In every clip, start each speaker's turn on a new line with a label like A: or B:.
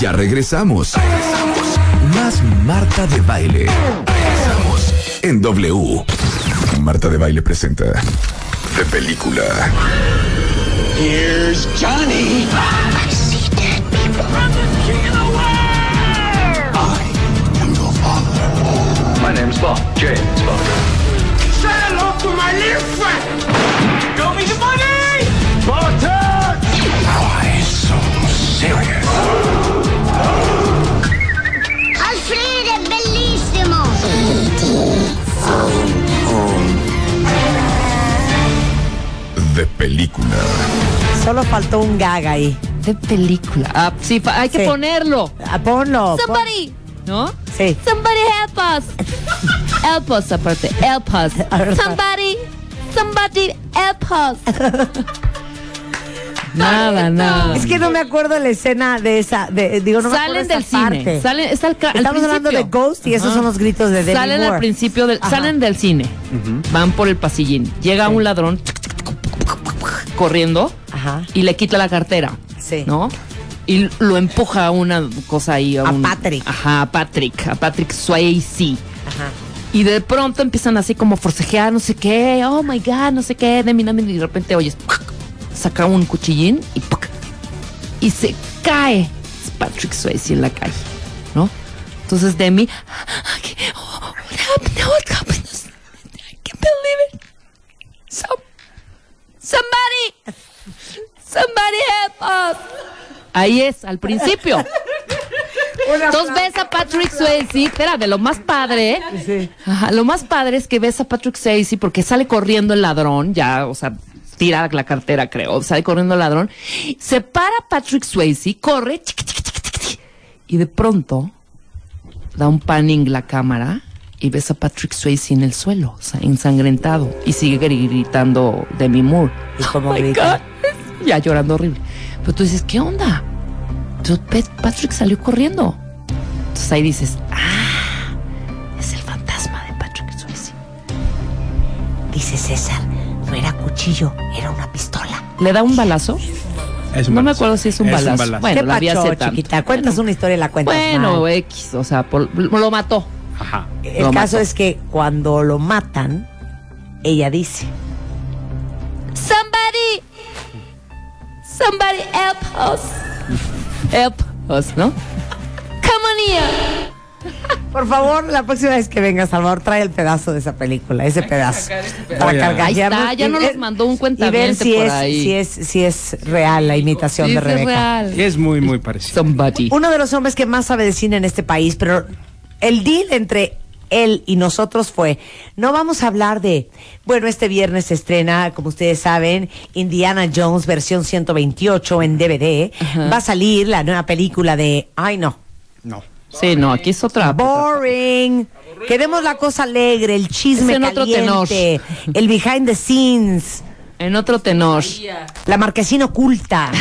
A: Ya regresamos. regresamos. Más Marta de Baile. Regresamos en W. Marta de Baile presenta de película.
B: Here's Johnny. I see dead people. I'm the king of the world. I am your father.
C: My name's Bob. James Bob.
B: Say hello to my little friend. Show me the money.
C: Bartek!
B: Why so serious?
D: Alfredo è bellissimo!
A: De película.
E: Solo faltó un gag ahí.
F: De película. Ah, sí, fa- hay que
E: Sí.
F: ponerlo.
E: Ah, Ponlo. pon-
F: Somebody. ¿No?
E: Sí.
F: Somebody help us. help us aparte. Help us.
E: A ver,
F: Somebody. Somebody help us. nada, nada.
E: Es que no me acuerdo la escena de esa. De, digo, no me
F: salen
E: acuerdo
F: del
E: esa
F: cine.
E: parte.
F: Salen, está al, ca- al
E: Estamos hablando de
F: principio.
E: Ghost y esos
F: Ajá.
E: son los gritos de Demi
F: Salen al
E: Moore.
F: principio del,
E: Ajá.
F: salen del cine. Van por el pasillín. Llega un ladrón corriendo
E: Ajá.
F: y le quita la cartera.
E: Sí.
F: ¿No? Y lo empuja a una cosa ahí. A,
E: A
F: un-
E: Patrick.
F: Ajá, a Patrick. A Patrick Swayze.
E: Ajá.
F: Y de pronto empiezan así como a forcejear, no sé qué, oh my god, no sé qué, Demi, Demi, y de repente oyes, ¡pac! saca un cuchillín y ¡pac! y se cae Patrick Swayze en la calle, ¿no? Entonces Demi, "Ay, oh, what happened? What happened? I can't believe it. So, somebody, somebody help us. Ahí es, al principio. Entonces ves a Patrick Swayze, espérate, lo más padre,
E: Sí.
F: Ajá, lo más padre es que ves a Patrick Swayze porque sale corriendo el ladrón, ya, o sea, tira la cartera, creo, sale corriendo el ladrón, se para Patrick Swayze, corre, chiqui, chiqui, chiqui, chiqui, chiqui, y de pronto da un panning la cámara y ves a Patrick Swayze en el suelo, o sea, ensangrentado, y sigue gri- gritando Demi Moore.
E: Y como
F: Oh my
E: grita.
F: God. Ya llorando horrible. Pero tú dices, ¿qué onda? Entonces, Pat- Patrick salió corriendo. Entonces ahí dices, ah, es el fantasma de Patrick Swayze.
E: Dice César, no era cuchillo, era una pistola.
F: ¿Le da un balazo?
G: Es un
F: No me
G: balazo.
F: acuerdo si es un
G: Es un
F: balazo.
G: balazo.
F: Bueno,
E: ¿Qué
F: la vi
E: pacho,
F: hace tanto.
E: chiquita? Cuentas una historia y la cuentas
F: Bueno,
E: mal.
F: X, o sea, por- lo mató.
G: Ajá.
E: El
F: lo
E: caso
F: mató.
E: es que cuando lo matan, ella dice,
F: Somebody, somebody help us. Help us, ¿no? Come on here.
E: por favor, la próxima vez que venga Salvador, trae el pedazo de esa película, ese pedazo. Para
G: Oye.
E: cargallarnos
F: Ahí está, ya
E: y
F: nos
E: ver-
F: los mandó un
E: Y ver
F: cuentaviente
E: si
F: por
E: es,
F: ahí.
E: si es, si es real la imitación
F: Sí,
E: de
F: es
E: Rebeca.
F: real.
G: Es muy, muy parecido.
F: Somebody.
E: Uno de los hombres que más sabe de cine en este país, pero el deal entre él y nosotros fue, no vamos a hablar de, bueno, este viernes se estrena, como ustedes saben, Indiana Jones versión 128 en DVD, va a salir la nueva película de, ay no,
G: No.
F: Sí, no, aquí es otra.
E: boring. Queremos la cosa alegre, el chisme
F: Es en otro
E: caliente, el behind the scenes,
F: En otro tenor.
E: la marquesina oculta.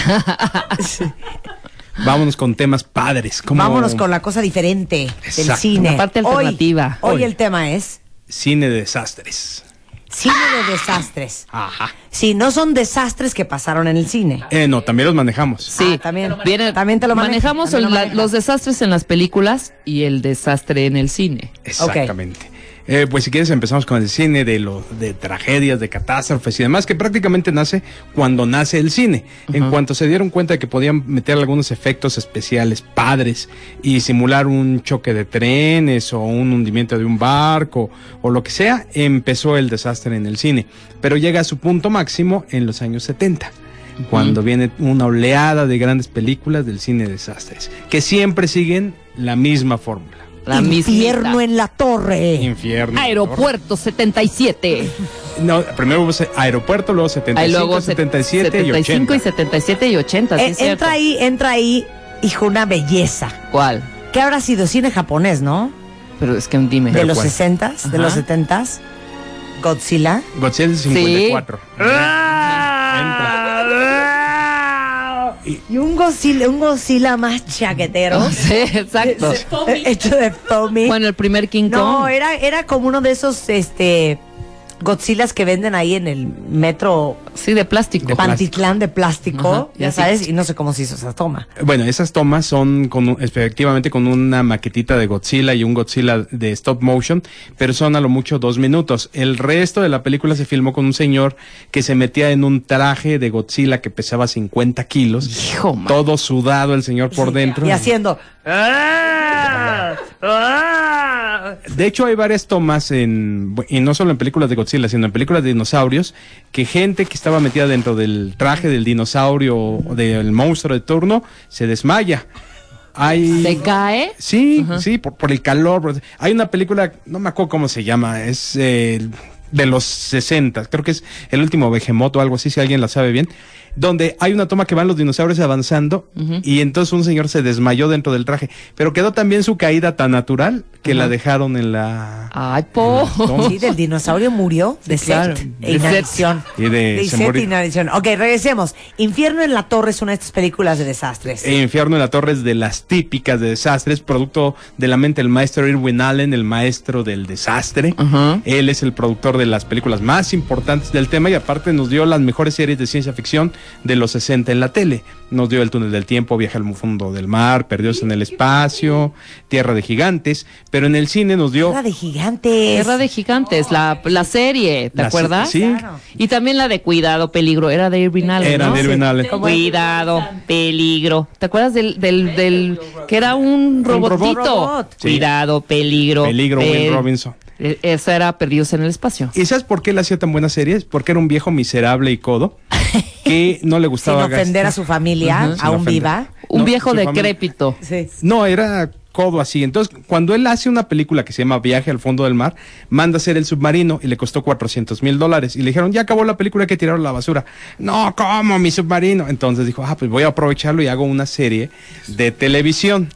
G: Vámonos con temas padres. Como
E: Vámonos con la cosa diferente del
G: Exacto.
E: cine.
F: La parte
E: Hoy-
F: alternativa.
E: Hoy,
G: Hoy.
E: el tema es
G: Cine de desastres.
E: cine de desastres.
G: Ajá.
E: Sí, no son desastres que pasaron en el cine.
G: Eh, no, también los manejamos.
F: Sí,
E: Ah, también.
F: viene-
E: También te lo maneja,
F: manejamos
E: también lo
F: la-
E: maneja.
F: los desastres en las películas y el desastre en el cine.
G: Exactamente. Eh, pues si quieres empezamos con el cine de lo, de tragedias, de catástrofes y demás, que prácticamente nace cuando nace el cine. En cuanto se dieron cuenta de que podían meter algunos efectos especiales padres y simular un choque de trenes o un hundimiento de un barco o lo que sea, empezó el desastre en el cine. Pero llega a su punto máximo en los años 70. Cuando viene una oleada de grandes películas del cine de desastres, que siempre siguen la misma fórmula.
F: La
E: Infierno
F: mismita.
E: en la torre.
G: Infierno.
F: Aeropuerto 77.
G: No, primero hubo se- aeropuerto, luego 75,
F: Ahí luego set-
G: 77
F: 75
G: y
F: y
G: 80.
F: 77 y 80, sí
E: Eh,
F: es cierto.
E: entra ahí, entra ahí, hijo, una belleza.
F: ¿Cuál?
E: ¿Qué habrá sido cine japonés, no?
F: Pero es que dime.
E: De
G: Pero
E: los
G: ¿cuál?
E: 60s, de los
F: Ajá.
E: 70s. Godzilla.
G: Godzilla del 54.
F: Ah.
E: Y un Godzilla, un Godzilla más chaquetero.
F: Sí, exacto.
E: eh, Hecho de foamy.
F: Oh. Bueno, el primer King
E: No,
F: Kong.
E: era, era como uno de esos este Godzillas que venden ahí en el metro
F: Sí, de plástico.
G: De plástico.
E: Pantitlán de plástico,
F: Ajá, y
E: ya
F: así.
E: sabes, y no sé cómo se hizo esa toma.
G: Bueno, esas tomas son con, un- efectivamente con una maquetita de Godzilla y un Godzilla de stop motion, pero son a lo mucho dos minutos. El resto de la película se filmó con un señor que se metía en un traje de Godzilla que pesaba 50 kilos.
F: Hijo, man.
G: Todo sudado el señor por dentro.
E: Y haciendo,
G: De hecho, hay varias tomas en, y no solo en películas de Godzilla, sino en películas de dinosaurios, que gente que estaba metida dentro del traje del dinosaurio o del monstruo de turno se desmaya. Hay...
F: ¿Se cae?
G: Sí, sí, por, por el calor. por- Hay una película, no me acuerdo cómo se llama, es eh, de los 60, creo que es el último Behemoth o algo así, si alguien la sabe bien, donde hay una toma que van los dinosaurios avanzando y entonces un señor se desmayó dentro del traje, pero quedó también su caída tan natural que la dejaron en la...
F: Ay, po.
G: No.
E: sí, del dinosaurio murió de sed
F: claro,
E: e
F: de sed.
E: inanición.
G: Y de- se
E: sed
G: morir.
E: e inanición. Ok, regresemos. Infierno en la Torre es una de estas películas de desastres.
F: Eh,
G: E Infierno en la Torre es de las típicas de desastres, producto de la mente del maestro Irwin Allen, el maestro del desastre.
F: Ajá.
G: Él es el productor de las películas más importantes del tema y aparte nos dio las mejores series de ciencia ficción de los 60 en la tele. Nos dio El túnel del tiempo, Viaje al fondo del mar, Perdidos en el espacio, Tierra de gigantes, pero en el cine nos dio
E: Guerra de gigantes.
F: Guerra de Gigantes, la, la serie, ¿te
G: La se-
F: acuerdas?
G: sí.
E: Claro.
F: Y también la de Cuidado, Peligro, era de Irving Allen,
G: Era
F: ¿no?
G: de Irwin Allen.
F: Como Cuidado, peligro. ¿Te acuerdas del, del, del que era un
G: robot.
F: robotito?
E: Robot.
G: Sí.
F: Cuidado, peligro.
G: Peligro, Will
F: pel-
G: Robinson.
F: E- Esa era Perdidos en el Espacio.
G: ¿Y sabes por qué él hacía tan buenas series? Porque era un viejo miserable y codo que no le
E: Sin
G: gustaba
E: ofender
G: gastar.
E: a su familia,
G: Sin
E: aún
G: ofender.
E: viva.
F: Un
G: No,
F: viejo
G: su familia-
F: decrépito.
E: Sí.
G: No, era codo así. Entonces, cuando él hace una película que se llama Viaje al fondo del mar, manda a hacer el submarino y le costó 400 mil dólares. Y le dijeron, ya acabó la película hay que tiraron la basura. No, ¿cómo? Mi submarino. Entonces dijo, ah, pues voy a aprovecharlo y hago una serie de televisión.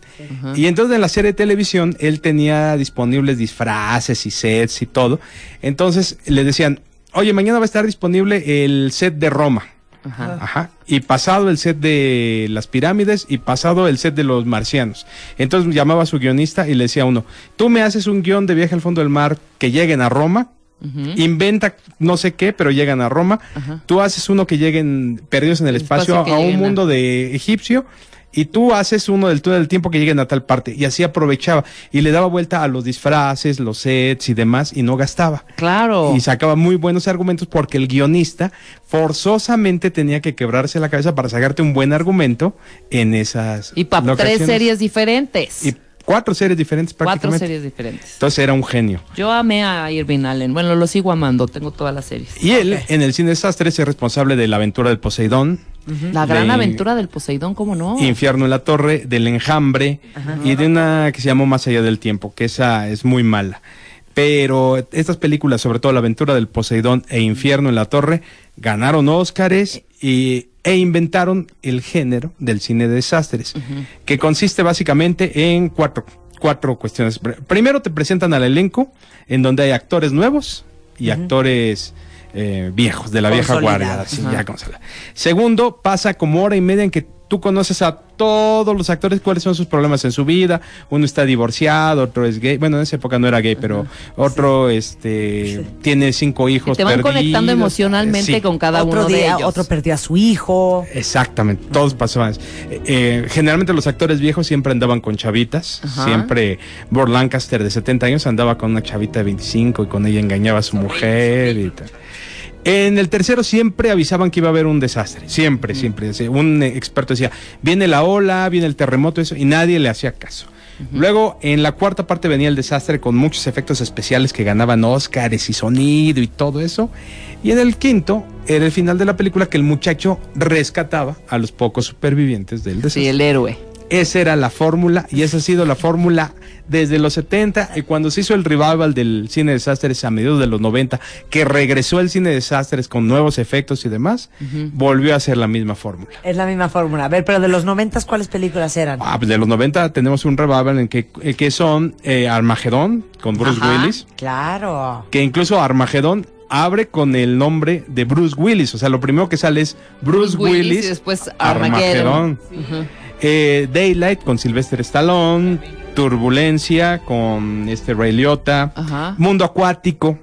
G: Y entonces en la serie de televisión él tenía disponibles disfraces y sets y todo. Entonces le decían, oye, mañana va a estar disponible el set de Roma.
F: Ajá.
G: Ajá. Y pasado el set de las pirámides y pasado el set de los marcianos. Entonces llamaba a su guionista y le decía a uno, tú me haces un guión de viaje al fondo del mar que lleguen a Roma. Inventa no sé qué, pero llegan a Roma. Tú haces uno que lleguen perdidos en el
F: El
G: espacio,
F: espacio que
G: a un
F: lleguen a-
G: mundo de egipcio. Y tú haces uno del túnel del tiempo que lleguen a tal parte. Y así aprovechaba. Y le daba vuelta a los disfraces, los sets y demás. Y no gastaba.
F: Claro.
G: Y sacaba muy buenos argumentos porque el guionista forzosamente tenía que quebrarse la cabeza para sacarte un buen argumento en esas.
F: Y, para tres
G: locaciones.
F: series diferentes.
G: Y cuatro series diferentes
F: Cuatro
G: prácticamente.
F: series diferentes.
G: Entonces era un genio.
F: Yo amé a Irving Allen. Bueno, lo sigo amando. Tengo todas las series.
G: Y él, en el cine desastre, es responsable de La aventura del Poseidón,
F: La gran
G: De-
F: aventura del Poseidón, ¿cómo no?
G: Infierno en la Torre, del Enjambre y de una que se llamó Más allá del tiempo, que esa es muy mala. Pero estas películas, sobre todo La aventura del Poseidón e Infierno en la Torre, ganaron Óscares y- e inventaron el género del cine de desastres, que consiste básicamente en cuatro, cuatro cuestiones. Pr- Primero te presentan al elenco, en donde hay actores nuevos y actores eh, viejos, de la vieja guardia.
E: Consolidados.
G: sí,
F: Ah.
G: ya consolidada. Segundo, pasa como hora y media en que tú conoces a todos los actores, cuáles son sus problemas en su vida. Uno está divorciado, otro es gay. Bueno, en esa época no era gay, pero otro este tiene cinco
F: Que
G: hijos.
F: te van conectando
G: perdidos. Eh,
F: emocionalmente
G: Sí.
F: con cada
E: otro
F: uno de
E: día,
F: ellos.
E: otro perdió a su hijo.
G: Exactamente, todos pasaban. eso. Eh, eh, generalmente los actores viejos siempre andaban con chavitas,
F: Ajá.
G: siempre Burt Lancaster de 70 años andaba con una chavita de 25 y con ella engañaba a su mujer y tal. En el tercero siempre avisaban que iba a haber un desastre,
F: Mm.
G: siempre, siempre. Así, Un eh, experto decía, viene la ola, viene el terremoto, eso, y nadie le hacía caso. Luego, en la cuarta parte venía el desastre con muchos efectos especiales que ganaban Óscares y sonido y todo eso. Y en el quinto, era el final de la película que el muchacho rescataba a los pocos supervivientes del desastre.
F: Sí, el héroe.
G: Esa era la fórmula y esa ha sido la fórmula desde los 70 y cuando se hizo el revival del cine de desastres a mediados de los 90, que regresó el cine de desastres con nuevos efectos y demás, volvió a ser la misma fórmula.
E: Es la misma fórmula. A ver, pero de los noventas, ¿cuáles películas eran?
G: Ah, pues de los 90 tenemos un revival en que, eh, que son eh, Armagedón con Bruce
F: Ajá.
G: Willis,
E: Claro.
G: que incluso Armagedón abre con el nombre de Bruce Willis, o sea, lo primero que sale es Bruce,
F: Bruce Willis y
G: Willis,
F: después Armageddon.
G: Armagedón. Eh, Daylight con Sylvester Stallone, Turbulencia con este Ray Liotta,
F: Ajá.
G: Mundo Acuático.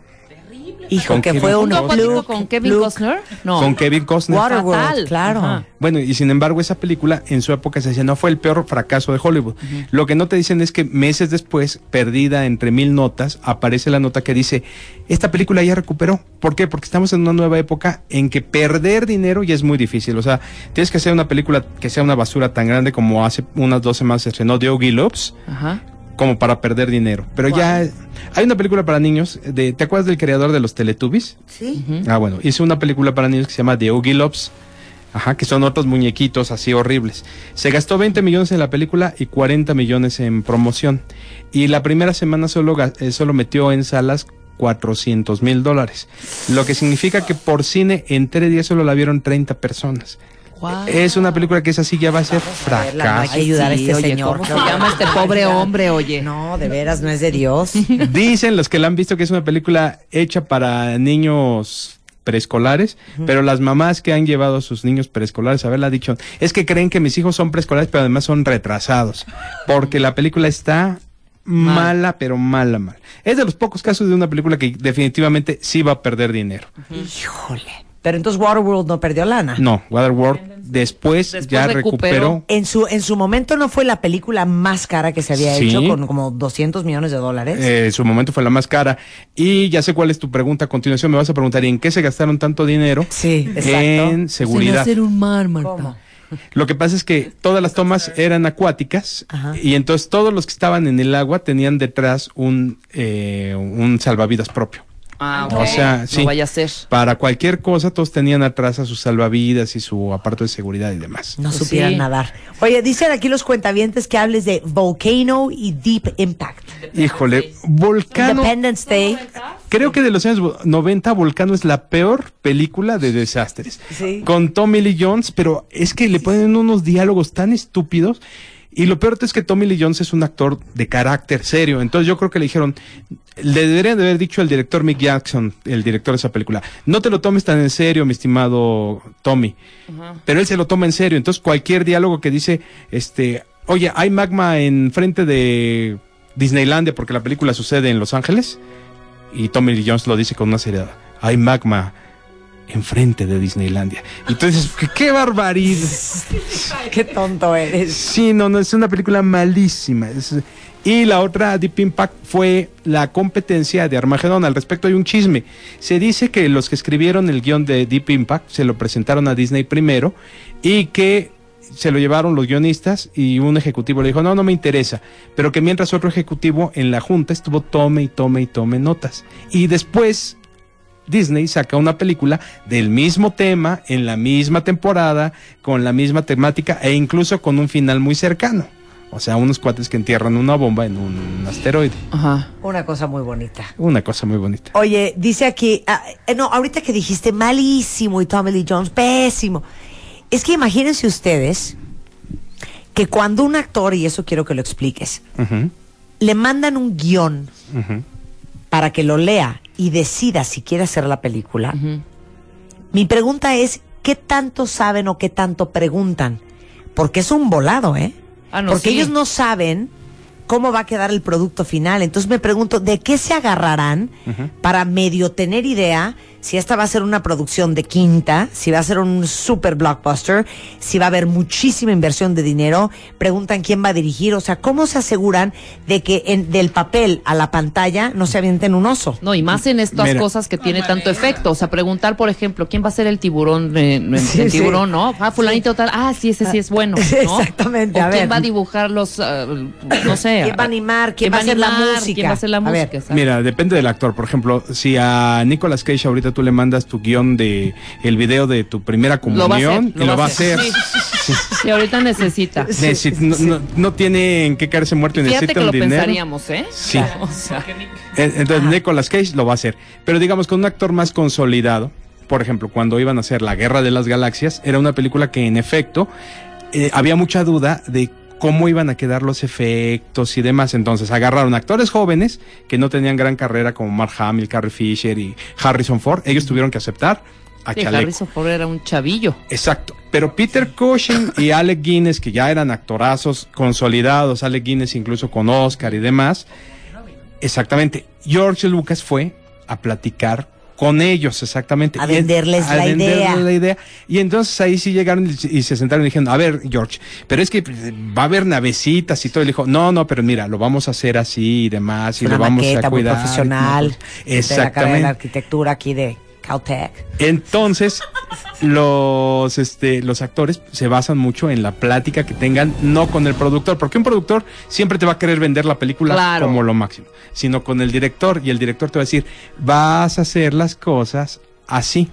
E: Hijo,
G: Con
E: que
G: Kevin-
E: fue
F: ¿Un
E: un
F: acuático
E: Luke-
F: con Kevin
E: Luke
F: Costner? No.
G: Con Kevin Costner.
E: Waterworld,
F: Fatal.
E: claro.
F: Ajá.
G: Bueno, y sin embargo, esa película en su época se decía no fue el peor fracaso de Hollywood. Lo que no te dicen es que meses después, perdida entre mil notas, aparece la nota que dice: Esta película ya recuperó. ¿Por qué? Porque estamos en una nueva época en que perder dinero ya es muy difícil. O sea, tienes que hacer una película que sea una basura tan grande como hace unas dos semanas se estrenó Diogie Lopes
F: Ajá.
G: como para perder dinero. Pero ya hay una película para niños. De, ¿Te acuerdas del creador de los Teletubbies?
E: Sí.
G: Ah, bueno, hizo una película para niños que se llama The Oogie Lops. Ajá, que son otros muñequitos así horribles. Se gastó 20 millones en la película y 40 millones en promoción. Y la primera semana solo, ga- eh, solo metió en salas 400 mil dólares. Lo que significa que por cine en tres días solo la vieron 30 personas.
F: Guau.
G: Es una película que es así, ya va a ser
E: verla, no hay
G: fracaso.
E: que ayudar Ah. a este señor.
F: ¿Cómo se llama este pobre hombre, oye?
E: No, de veras, no es de Dios.
G: Dicen los que la han visto que es una película hecha para niños preescolares, pero las mamás que han llevado a sus niños preescolares a verla han dicho, es que creen que mis hijos son preescolares, pero además son retrasados, porque la película está mala, pero mala, mal. Es de los pocos casos de una película que definitivamente sí va a perder dinero.
E: Híjole. Pero entonces Waterworld no perdió lana.
G: No, Waterworld después,
F: Después
G: ya
F: recuperó.
G: recuperó.
E: En su, en su momento no fue la película más cara que se había
G: Sí.
E: hecho con como 200 millones de dólares.
G: Eh, en su momento fue la más cara. Y ya sé cuál es tu pregunta a continuación. Me vas a preguntar, ¿y en qué se gastaron tanto dinero?
E: Sí,
G: En
E: exacto.
G: seguridad.
F: Se me hace un mar, Marta.
E: ¿Cómo?
G: Lo que pasa es que todas las tomas eran acuáticas
E: Ajá.
G: y entonces todos los que estaban en el agua tenían detrás un, eh, un salvavidas propio.
F: Ah,
G: O sea, sí.
F: No vaya a ser.
G: Para cualquier cosa todos tenían atrás a sus salvavidas y su aparato de seguridad y demás.
E: No
F: Pues
E: supieran
F: sí.
E: nadar. Oye, dicen aquí los cuentavientes que hables de Volcano y Deep Impact.
G: Híjole, Volcano,
E: Independence Day.
G: creo que de los años vo- 90 Volcano es la peor película de desastres.
E: Sí.
G: Con Tommy Lee Jones, pero es que le ponen unos diálogos tan estúpidos. Y lo peor es que Tommy Lee Jones es un actor de carácter serio. Entonces yo creo que le dijeron, le deberían de haber dicho al director Mick Jackson, el director de esa película, no te lo tomes tan en serio, mi estimado Tommy. Pero él se lo toma en serio. Entonces cualquier diálogo que dice, este, oye, hay magma enfrente de Disneylandia porque la película sucede en Los Ángeles. Y Tommy Lee Jones lo dice con una seriedad. Hay magma enfrente de Disneylandia. Entonces, ¿qué, qué barbaridad?
E: Qué tonto eres.
G: Sí, no, no, es una película malísima. Es- y la otra, Deep Impact, fue la competencia de Armagedón. Al respecto hay un chisme. Se dice que los que escribieron el guión de Deep Impact se lo presentaron a Disney primero y que se lo llevaron los guionistas y un ejecutivo le dijo, no, no me interesa. Pero que mientras otro ejecutivo en la junta estuvo tome y tome y tome notas. Y después Disney saca una película del mismo tema, en la misma temporada, con la misma temática e incluso con un final muy cercano. O sea, unos cuates que entierran una bomba en un asteroide.
F: Ajá.
E: Una cosa muy bonita.
G: Una cosa muy bonita.
E: Oye, dice aquí, ah, eh, no, ahorita que dijiste malísimo y Tommy Lee Jones, pésimo. Es que imagínense ustedes que cuando un actor, y eso quiero que lo expliques,
G: Ujú,
E: le mandan un guión
G: ujú.
E: para que lo lea y decida si quiere hacer la película, mi pregunta es, ¿qué tanto saben o qué tanto preguntan? Porque es un volado, ¿eh?
F: Ah, no,
E: Porque
F: sí.
E: ellos no saben cómo va a quedar el producto final. Entonces me pregunto, ¿de qué se agarrarán para medio tener idea si esta va a ser una producción de quinta, si va a ser un super blockbuster, si va a haber muchísima inversión de dinero? Preguntan quién va a dirigir, o sea, ¿cómo se aseguran de que en- del papel a la pantalla no se avienten un oso?
F: No, y más en estas
G: Mira.
F: cosas que tiene tanto efecto. O sea, preguntar, por ejemplo, ¿quién va a ser el tiburón? eh, en-
E: Sí,
F: el
E: sí.
F: tiburón, ¿no? Ah, fulanito tal. Ah, sí, ese sí es bueno. ¿no?
E: Exactamente,
F: O
E: a
F: ¿Quién
E: ver.
F: va a dibujar los, ah, no sé.
E: ¿Quién va a animar? ¿Quién va a hacer la música?
F: ¿Quién va a hacer la
E: A ver.
F: música? exacto.
G: Mira, depende del actor. Por ejemplo, si a Nicolas Cage ahorita tú le mandas tu guión de el video de tu primera
F: Lo va a hacer,
G: comunión, y lo va a hacer.
F: Sí. Sí, ahorita necesita.
G: Necesi- no, no- no tiene en qué caerse muerto y
F: Fíjate
G: necesita
F: que lo
G: el dinero.
F: pensaríamos, ¿eh?
G: Sí.
F: O sea,
G: Eh, Entonces Nicolas Cage lo va a hacer. Pero digamos, con un actor más consolidado, por ejemplo, cuando iban a hacer La Guerra de las Galaxias, era una película que en efecto eh, había mucha duda de cómo iban a quedar los efectos y demás. Entonces agarraron actores jóvenes que no tenían gran carrera como Mark Hamill, Carrie Fisher y Harrison Ford. Ellos tuvieron que aceptar a
F: sí,
G: Chaleco.
F: Harrison Ford era un chavillo.
G: Exacto. Pero Peter Cushing y Alec Guinness, que ya eran actorazos consolidados, Alec Guinness incluso con Oscar y demás. Exactamente. George Lucas fue a platicar Con ellos, exactamente.
E: A
G: Y en-
E: venderles la idea.
G: la idea. Y entonces ahí sí llegaron y, y se sentaron y dijeron, a ver, George, pero es que eh, va a haber navecitas y todo. Y le dijo, no, no, pero mira, lo vamos a hacer así y demás, y
E: una
G: lo vamos
E: maqueta
G: a cuidar.
E: muy profesional de la carrera de la
G: Exactamente.
E: arquitectura aquí de Caltech.
G: Entonces, los, este, los actores se basan mucho en la plática que tengan, no con el productor, porque un productor siempre te va a querer vender la película
F: Claro.
G: como lo máximo, sino con el director, y el director te va a decir, vas a hacer las cosas así.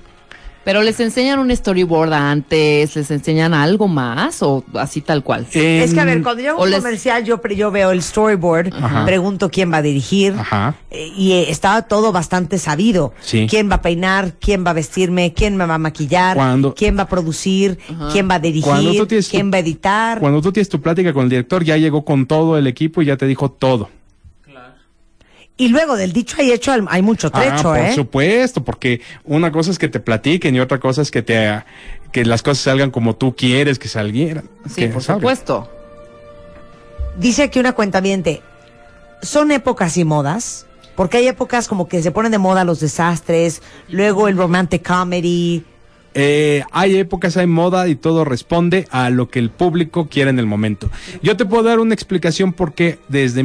F: Pero les enseñan un storyboard antes, les enseñan algo más o así tal cual.
E: Es que a ver,
G: En-
E: cuando yo hago
F: o
E: un
F: les-
E: comercial, yo, pre- yo veo el storyboard,
G: Em, Ajá.
E: pregunto quién va a dirigir,
G: Ajá.
E: eh, y eh, estaba todo bastante sabido.
G: Sí.
E: ¿Quién va a peinar? ¿Quién va a vestirme? ¿Quién me va a maquillar?
G: Cuando-
E: ¿Quién va a producir? ¿Quién va a
G: Cuando
E: dirigir?
G: tú tienes tu-
E: ¿Quién va a editar?
G: Cuando tú tienes tu plática con el director, ya llegó con todo el equipo y ya te dijo todo.
E: Y luego del dicho hay hecho, al- hay mucho trecho,
G: Ah, por
E: ¿eh?
G: supuesto, porque una cosa es que te platiquen y otra cosa es que te ah, que las cosas salgan como tú quieres que salieran.
F: Sí,
G: que
F: por
G: salgan.
F: supuesto.
E: Dice aquí una cuenta son épocas y modas, porque hay épocas como que se ponen de moda los desastres, luego el romantic comedy.
G: Eh, hay épocas, hay moda y todo responde a lo que el público quiere en el momento. Yo te puedo dar una explicación por qué desde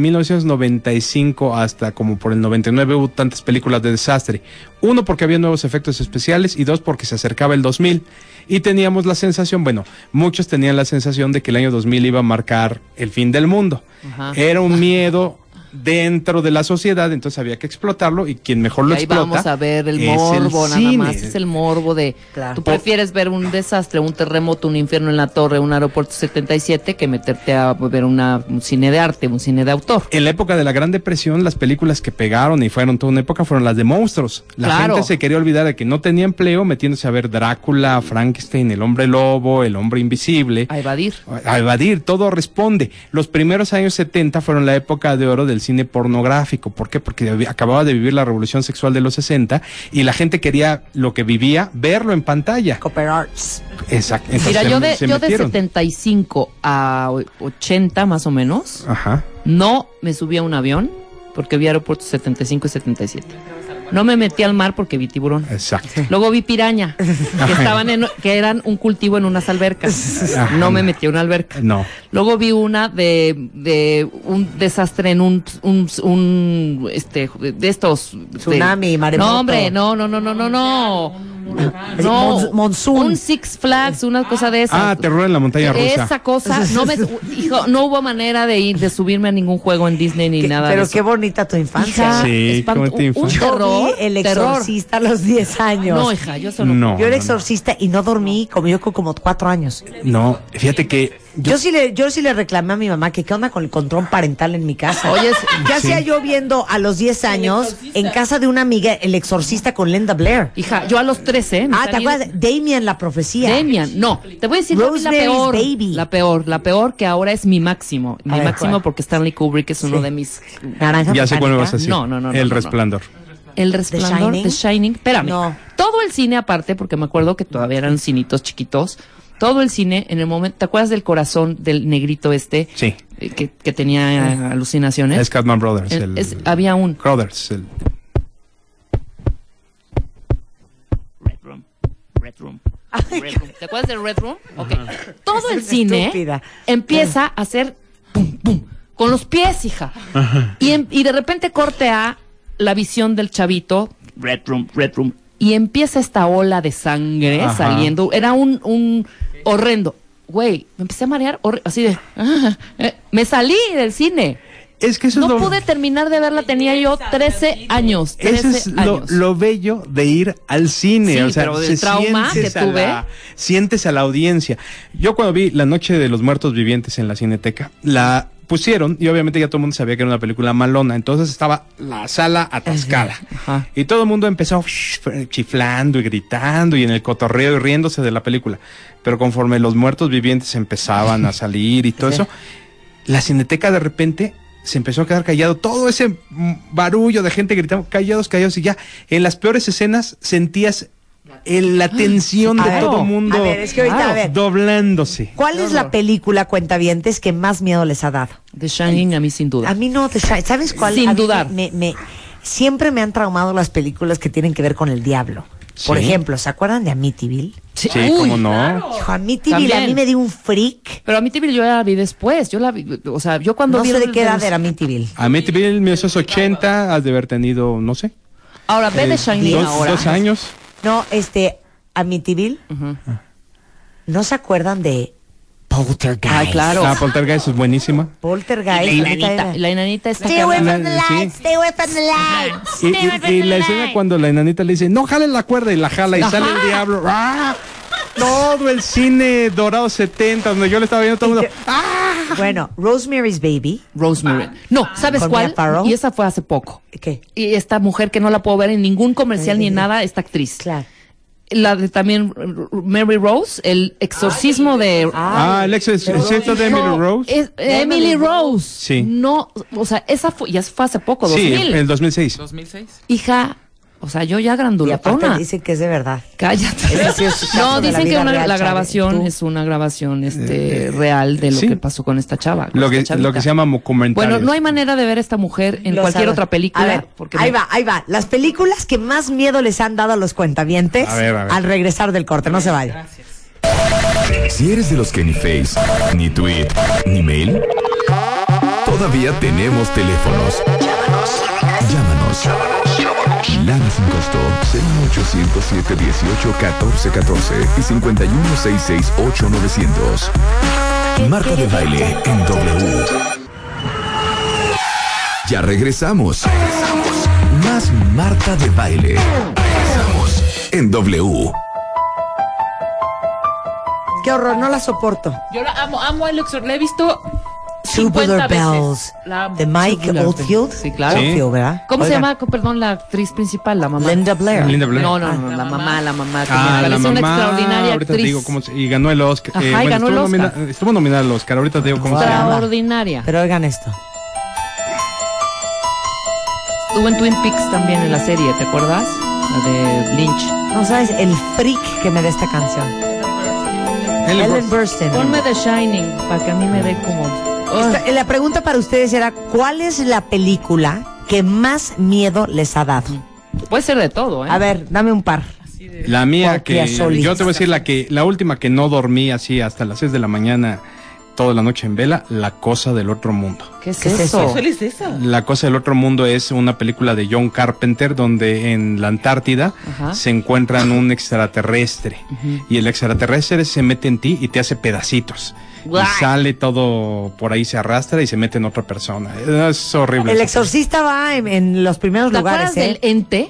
G: 1995 hasta como por el 99 hubo tantas películas de desastre. Uno, porque había nuevos efectos especiales y dos, porque se acercaba el 2000 y teníamos la sensación, bueno, muchos tenían la sensación de que el año 2000 iba a marcar el fin del mundo.
F: Ajá.
G: Era un miedo dentro de la sociedad, entonces había que explotarlo y quien mejor lo
F: ahí
G: explota
F: vamos a ver el
G: es
F: morbo nada
G: cine.
F: más. Es el morbo de...
E: Claro.
F: Tú prefieres ver un desastre, un terremoto, un infierno en la torre, un aeropuerto 77 que meterte a ver una, un cine de arte, un cine de autor.
G: En la época de la Gran Depresión, las películas que pegaron y fueron toda una época fueron las de monstruos. La
F: Claro.
G: gente se quería olvidar de que no tenía empleo metiéndose a ver Drácula, Frankenstein, el hombre lobo, el hombre invisible.
F: A evadir.
G: A evadir, todo responde. Los primeros años 70 fueron la época de oro del cine pornográfico. ¿Por qué? Porque había- acababa de vivir la revolución sexual de los 60 y la gente quería lo que vivía, verlo en pantalla.
E: Copper Arts.
G: Exacto.
F: Mira,
G: Entonces,
F: yo
G: se-
F: de,
G: se
F: yo de
G: metieron.
F: 75 a o- 80 más o menos,
G: Ajá.
F: no me subí a un avión porque vi aeropuertos 75 y 77. No me metí al mar porque vi tiburón.
G: Exacto.
F: Luego vi piraña, que estaban en- que eran un cultivo en unas albercas.
G: Ajá.
F: No me metí a una alberca.
G: No.
F: Luego vi una de, de un desastre en un, un, un, este de estos de-
E: Tsunami, maremoto.
F: No, hombre, no, no, no, no, no, no.
E: Así, monz- monzón.
F: Un Six Flags, una cosa de esas.
G: Ah, terror en la montaña rusa.
F: Esa cosa, no me, hijo, no hubo manera de ir, de subirme a ningún juego en Disney ni
E: Que-
F: nada.
E: pero
F: de eso.
E: qué bonita tu infancia.
F: Hija,
G: Sí,
F: espanto-
G: cómo te
F: un, un
G: infancia.
E: Yo
F: terror,
E: vi el
F: terror.
E: exorcista a los 10 años.
F: No, hija, yo solo.
G: No.
E: yo
G: no,
E: era
G: no.
E: exorcista y no dormí como yo con como cuatro años.
G: No, fíjate que
E: Yo, sí le, yo sí le reclamé a mi mamá que qué onda con el control parental en mi casa.
F: Oye,
E: ¿qué
G: sí.
E: hacía yo viendo a los 10 años en casa de una amiga el exorcista con Linda Blair?
F: Hija, yo a los 13. me
E: Ah, ¿te
F: salí de-
E: acuerdas? Damian la profecía.
F: Demian, no, te voy a decir cuál es la
E: Rosemary's
F: peor,
E: Baby.
F: la peor, la peor que ahora es mi máximo, mi
E: ver,
F: máximo
E: ¿cuál?
F: porque Stanley Kubrick es uno
E: Sí.
F: de mis
E: Naranja
G: ya sé cuál me vas a
E: Mecánica.
G: decir.
F: No, no, no, no, no,
G: El
F: no.
G: resplandor.
F: El resplandor
E: Shining?
F: de Shining. Espérame.
E: No.
F: Todo el cine aparte, porque me acuerdo que todavía eran cinitos chiquitos. Todo el cine, en el momento, ¿te acuerdas del corazón del negrito este?
G: Sí.
F: Eh, Que, que tenía eh, alucinaciones.
G: Es Catman Brothers.
F: El-
G: el-
F: es- había un.
G: Brothers. el-
F: Red Room. Red Room. Red Room. ¿Te acuerdas del Red Room? Ok. Todo el
E: Es una
F: cine
E: estúpida.
F: empieza a hacer pum, pum, con los pies, hija. Y, em- y de repente corte a la visión del chavito. Red Room, Red Room. Y empieza esta ola de sangre
G: Ajá.
F: saliendo. Era un, un horrendo. Güey, me empecé a marear horri- así de... ah, eh, me salí del cine.
G: Es que eso
F: No
G: es lo,
F: pude terminar de verla. Tenía yo 13 años. 13
G: eso es lo,
F: años.
G: lo bello de ir al cine.
F: Sí,
G: o sea,
F: pero del
G: se
F: trauma
G: sientes
F: que
G: a
F: tuve.
G: la- sientes a la audiencia. Yo cuando vi La Noche de los Muertos Vivientes en la Cineteca, la pusieron y obviamente ya todo el mundo sabía que era una película malona. Entonces estaba la sala atascada.
F: Ajá.
G: Y todo el mundo empezó chiflando y gritando y en el cotorreo y riéndose de la película. Pero conforme los muertos vivientes empezaban a salir y todo
F: Sí.
G: eso, la cineteca de repente se empezó a quedar callado. Todo ese mm, barullo de gente gritando, callados, callados. Y ya en las peores escenas sentías el- la tensión de
E: Ah, Claro.
G: todo el mundo
E: A ver, es que ahorita,
F: Claro.
E: a ver,
G: doblándose.
E: ¿cuál es la película, cuentavientes, que más miedo les ha dado?
F: The Shining a mí sin duda.
E: A mí no, The Shining. ¿sabes cuál?
F: Sin
E: A mí
F: dudar.
E: Me, me- siempre me han traumado las películas que tienen que ver con el diablo. Por
G: Sí.
E: ejemplo, ¿se acuerdan de Amityville?
F: Sí,
G: Sí,
F: uy,
G: cómo no.
E: Hijo, Amityville a
F: También.
E: mí me dio un freak.
F: Pero a mí yo la vi después. Yo la vi, o sea, yo cuando
E: No
F: vi
E: sé de
F: los-
E: qué edad
F: los-
E: era Amityville.
G: Amityville 1980, has de haber tenido, no sé,
F: Ahora, ve
G: eh,
F: de Shining
G: dos,
F: ahora.
G: dos años.
E: No, este, Amityville. ¿No se acuerdan de Poltergeist?
F: Ay, claro.
G: Ah, Poltergeist es buenísima.
E: Poltergeist.
F: Y
E: a
F: la
E: mí también
F: enanita,
E: me-
F: la enanita está
D: Stay away
G: La-
D: from the
G: sí.
D: lights, stay away from the lights.
G: Y, y- y la escena cuando la enanita le dice, no jalen la cuerda y la jala y sale el diablo. ¡Ah! Todo el cine dorado 70, donde yo le estaba viendo todo el mundo. ¡Ah!
E: Bueno, Rosemary's Baby.
F: Rosemary. No, ¿sabes
E: Con
F: cuál?
E: Mia Farrow.
F: Y esa fue hace poco.
E: ¿Qué?
F: Y esta mujer que no la puedo ver en ningún comercial ni en nada, esta actriz.
E: Claro.
F: La de también R- R- Mary Rose, el exorcismo de
G: Ah, el ex- el excepto de Emily
F: No,
G: Rose.
F: es- eh, Emily Rose.
G: Sí.
F: No, o sea, esa fue, ya fue hace poco,
G: Sí,
F: 2000.
G: en el 2006.
F: Hija, o sea, yo ya
E: Y aparte
F: grandulatona.
E: dicen que es de verdad.
F: Cállate.
E: Ese sí es caso de
F: no,
E: la
F: dicen que
E: vida
F: una-
E: real,
F: la
E: Chávez.
F: grabación
E: Tú.
F: es una grabación este, real de lo
G: Eh, sí.
F: que pasó con esta chava. con
G: Lo
F: esta
G: que,
F: chavita.
G: lo que se llama documentarios.
F: Bueno, no hay manera de ver a esta mujer en
E: Los
F: cualquier
E: ador-
F: otra película.
E: A ver,
F: porque
E: ahí
F: no-
E: va, ahí va. Las películas que más miedo les han dado a los cuentavientes
G: A ver, a ver.
E: al regresar del corte. No se vaya.
A: Si eres de los que ni Face, ni Tweet, ni Mail, todavía tenemos teléfonos. Llámanos. Llámanos. Lana sin costo. 01807 18 14 14 y 5166 8900. Marta de baile en W. Ya regresamos. Más Marta de baile. Regresamos en W.
E: Qué horror, no la soporto.
F: Yo la amo, amo a Luxor. La he visto 50
E: Tubular
F: veces.
E: Bells.
F: La amo.
E: De Mike
F: Tubular Bells.
E: Oldfield.
F: Sí, claro.
G: Sí.
E: Oldfield, ¿verdad?
F: ¿Cómo se
E: Oigan,
F: llama, perdón, la actriz principal, la mamá?
E: Linda Blair. Ah.
G: Linda Blair.
F: No, no, no, la mamá, la mamá. que
G: Ah,
F: me
G: la
F: parece una
G: mamá,
F: extraordinaria
G: ahorita te
F: actriz.
G: digo cómo se- y ganó el Oscar.
F: Ajá,
G: Eh,
F: y
G: bueno,
F: ganó el
G: estuvo, nomina-
F: Oscar.
G: estuvo nominada al Oscar, ahorita te digo cómo se llama.
F: Extraordinaria.
E: Pero oigan esto.
F: Estuvo en Twin Peaks también en la serie, ¿te acuerdas? La de Lynch.
E: No sabes el freak que me da esta canción.
G: Ellen
E: Ellen Burstyn.
F: Ponme The Shining para que a mí me dé como. Oh.
E: Esta-
F: Ah.
E: eh, la pregunta para ustedes era, ¿cuál es la película que más miedo les ha dado?
F: Mm. Puede ser de todo, ¿eh?
E: A ver, dame un par.
G: La mía
E: Porque
G: que
E: solís.
G: yo te voy a decir la que la última que no dormí así hasta las 6 de la mañana toda la noche en vela, La cosa del otro mundo.
F: ¿Qué es
E: ¿Qué es
F: eso?
E: eso?
G: La cosa del otro mundo es una película de John Carpenter donde en la Antártida
F: Ajá.
G: se encuentran un extraterrestre y el extraterrestre se mete en ti y te hace pedacitos.
F: Guau.
G: Y sale todo por ahí, se arrastra y se mete en otra persona. Es horrible.
E: El
G: Esa
E: exorcista va en, en los primeros
F: ¿Te
E: lugares,
F: acuerdas del
E: ¿eh?
F: ente?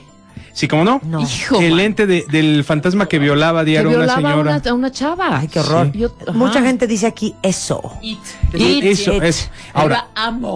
G: Sí, ¿cómo no?
E: No.
F: Hijo,
G: el
F: man.
G: ente de- del fantasma que violaba a
F: Que
G: diario a una
F: violaba a
G: señora.
F: una, a una chava.
E: Ay, qué horror.
F: Yo- ajá.
E: Mucha gente dice aquí eso.
F: It,
G: eso,
E: it.
G: eso. Ahora,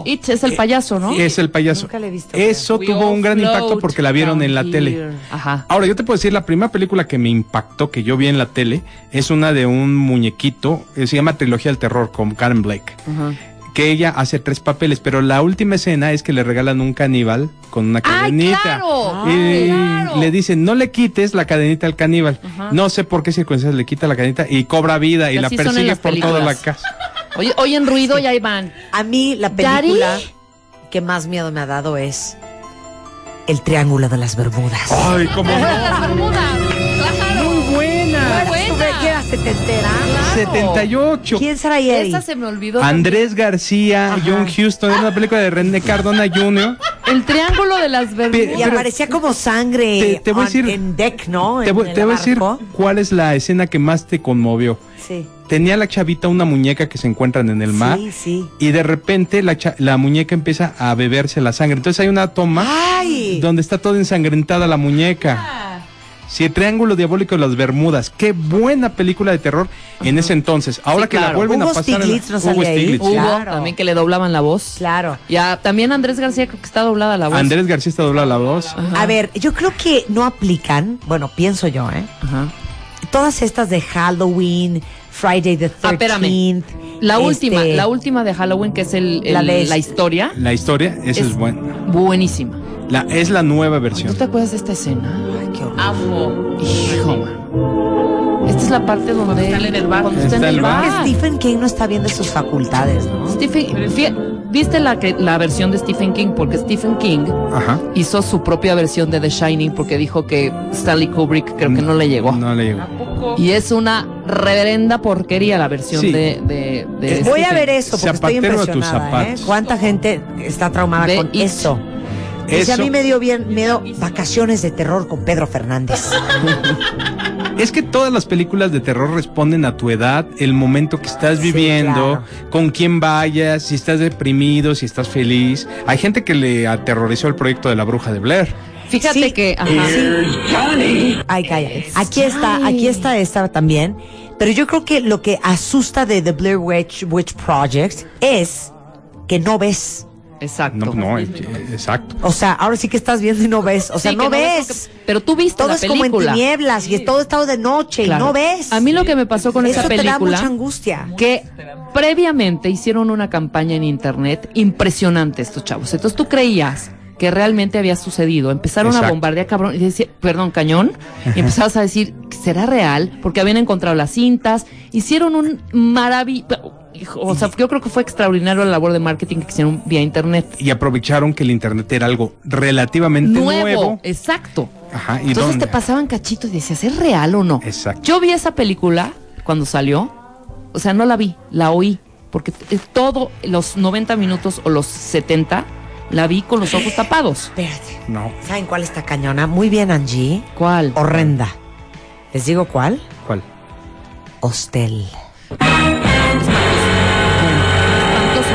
F: It es el payaso, ¿no?
G: es el payaso.
E: Nunca la he visto.
G: Eso
F: We
G: tuvo
F: all
G: un gran
F: float
G: impacto porque la vieron en la
F: down
G: tele.
F: here. Ajá.
G: Ahora, yo te puedo decir, la primera película que me impactó, que yo vi en la tele, es una de un muñequito, eh, se llama Trilogía del Terror, con Karen Blake,
F: Ajá.
G: que ella hace tres papeles, pero la última escena es que le regalan un caníbal con una
F: ¡Ay,
G: cadenita.
F: claro!
G: Y
F: ¡Ay, claro!
G: le dicen, no le quites la cadenita al caníbal.
F: Ajá.
G: No sé por qué circunstancias le quita la cadenita y cobra vida y
F: Que
G: la
F: así son en
G: persigue
F: las
G: por toda la
F: películas.
G: casa.
F: Oye, oye, en ruido y ahí van.
E: A mí la
F: Daddy.
E: película que más miedo me ha dado es El Triángulo de las Bermudas.
G: Ay, cómo no.
F: Las Bermudas. Claro.
G: Muy buena.
E: ¿Tú de qué era setentera?
F: Claro.
G: 78.
E: ¿Quién será Yeri?
F: Esa se me olvidó.
G: Andrés García, John Houston, era una película de René Cardona Jr.
F: El triángulo de las
E: Y
F: Bermudas.
G: Pero-
E: aparecía como sangre
G: Te- te voy a
E: on-
G: decir-
E: en deck, ¿no?
G: Te
E: En
G: voy,
E: el
G: te voy a decir
E: barco.
G: cuál es la escena que más te conmovió.
E: Sí.
G: Tenía la chavita una muñeca que se encuentran en el mar
E: Sí, sí.
G: y de repente la, cha- la muñeca empieza a beberse la sangre. Entonces hay una toma
E: ¡Ay! Ah.
G: donde está toda ensangrentada la muñeca. Sí, el Triángulo Diabólico de las Bermudas. Qué buena película de terror en ese entonces. Ahora
F: Sí,
G: que la
F: claro.
G: vuelven a
E: Hugo
G: pasar. en la-
E: Stiglitz no
G: Hugo
E: salía ahí.
G: Stiglitz, sí.
F: Hugo,
E: Claro.
F: también que le doblaban la voz.
E: Claro.
F: Ya, también Andrés García creo que está doblada la voz.
G: Andrés García está doblada la voz.
E: A ver, yo creo que no aplican, bueno, pienso yo, ¿eh?
F: Ajá.
E: Todas estas de Halloween, Friday the 13th.
F: Ah, espérame. La
E: este,
F: última, la última de Halloween, que es el, el-
E: La
F: la,
E: de- este.
F: historia,
G: La historia, esa
F: Es-
G: es buena.
F: buenísima.
G: La, es la nueva
F: ¿Tú
G: versión.
F: te acuerdas de esta escena?
E: Ay, qué horror.
F: Hijo. man. Esta es la parte donde. Cuando
H: está en el bar.
F: Cuando está en
G: Está
F: el
G: el
F: bar.
G: bar.
E: Stephen King no está viendo sus facultades, ¿no?
F: Stephen- fie- ¿Viste la, que- la versión de Stephen King? Porque Stephen King
G: Ajá.
F: hizo su propia versión de The Shining porque dijo que Stanley Kubrick creo que no, le llegó.
G: No le llegó.
F: Y es una reverenda porquería la versión
G: Sí.
F: de, de, de
E: Voy a
F: Stephen.
E: ver eso porque estoy
G: Zapatero a tus
E: impresionada. ¿eh?
G: zapatos.
E: ¿Cuánta gente está traumada
F: Ve
E: con
F: It.
E: eso? Y si a
G: Eso-
E: mí me dio bien miedo vacaciones de terror con Pedro Fernández.
G: Es que todas las películas de terror responden a tu edad, el momento que estás
E: Sí,
G: viviendo, con quién vayas, si estás deprimido, si estás feliz. Hay gente que le aterrorizó el proyecto de la bruja de Blair.
F: Fíjate
E: Sí.
F: que. ajá.
E: Ay, calla. Aquí está, aquí está esta también. Pero yo creo que lo que asusta de The Blair Witch, Witch Project es que no ves.
F: Exacto.
G: No, no, eh, exacto.
E: O sea, ahora sí que estás viendo y no ves. O sea,
F: Sí,
E: no,
F: que
E: ves.
F: porque- pero tú viste
E: todo
F: la
E: es como en
F: película.
E: tinieblas y es todo estado de noche
F: Claro.
E: y no ves.
F: A mí lo que me pasó con
E: Eso
F: esa
E: te da
F: película.
E: mucha angustia.
F: que previamente hicieron una campaña en internet impresionante estos chavos. Entonces tú creías que realmente había sucedido. Empezaron a
G: Exacto.
F: bombardear cabrón y decía, perdón, cañón, y empezabas a decir, ¿será real? Porque habían encontrado las cintas, hicieron un maravilloso, o sea, yo creo que fue extraordinario la labor de marketing que hicieron vía internet.
G: Y aprovecharon que el internet era algo relativamente nuevo.
F: Nuevo, Eh. exacto.
G: Ajá, ¿y
F: Entonces
G: dónde?
F: te pasaban cachitos y decías, ¿es real o no?
G: Exacto.
F: Yo vi esa película cuando salió, o sea, no la vi, la oí, porque t- eh, todo los 90 minutos o los 70 la vi con los ojos tapados.
E: Espérate.
G: No,
E: ¿Saben cuál está cañona? Muy bien, Angie.
F: ¿Cuál?
E: Horrenda. ¿Les digo cuál?
G: ¿cuál?
E: Hostel.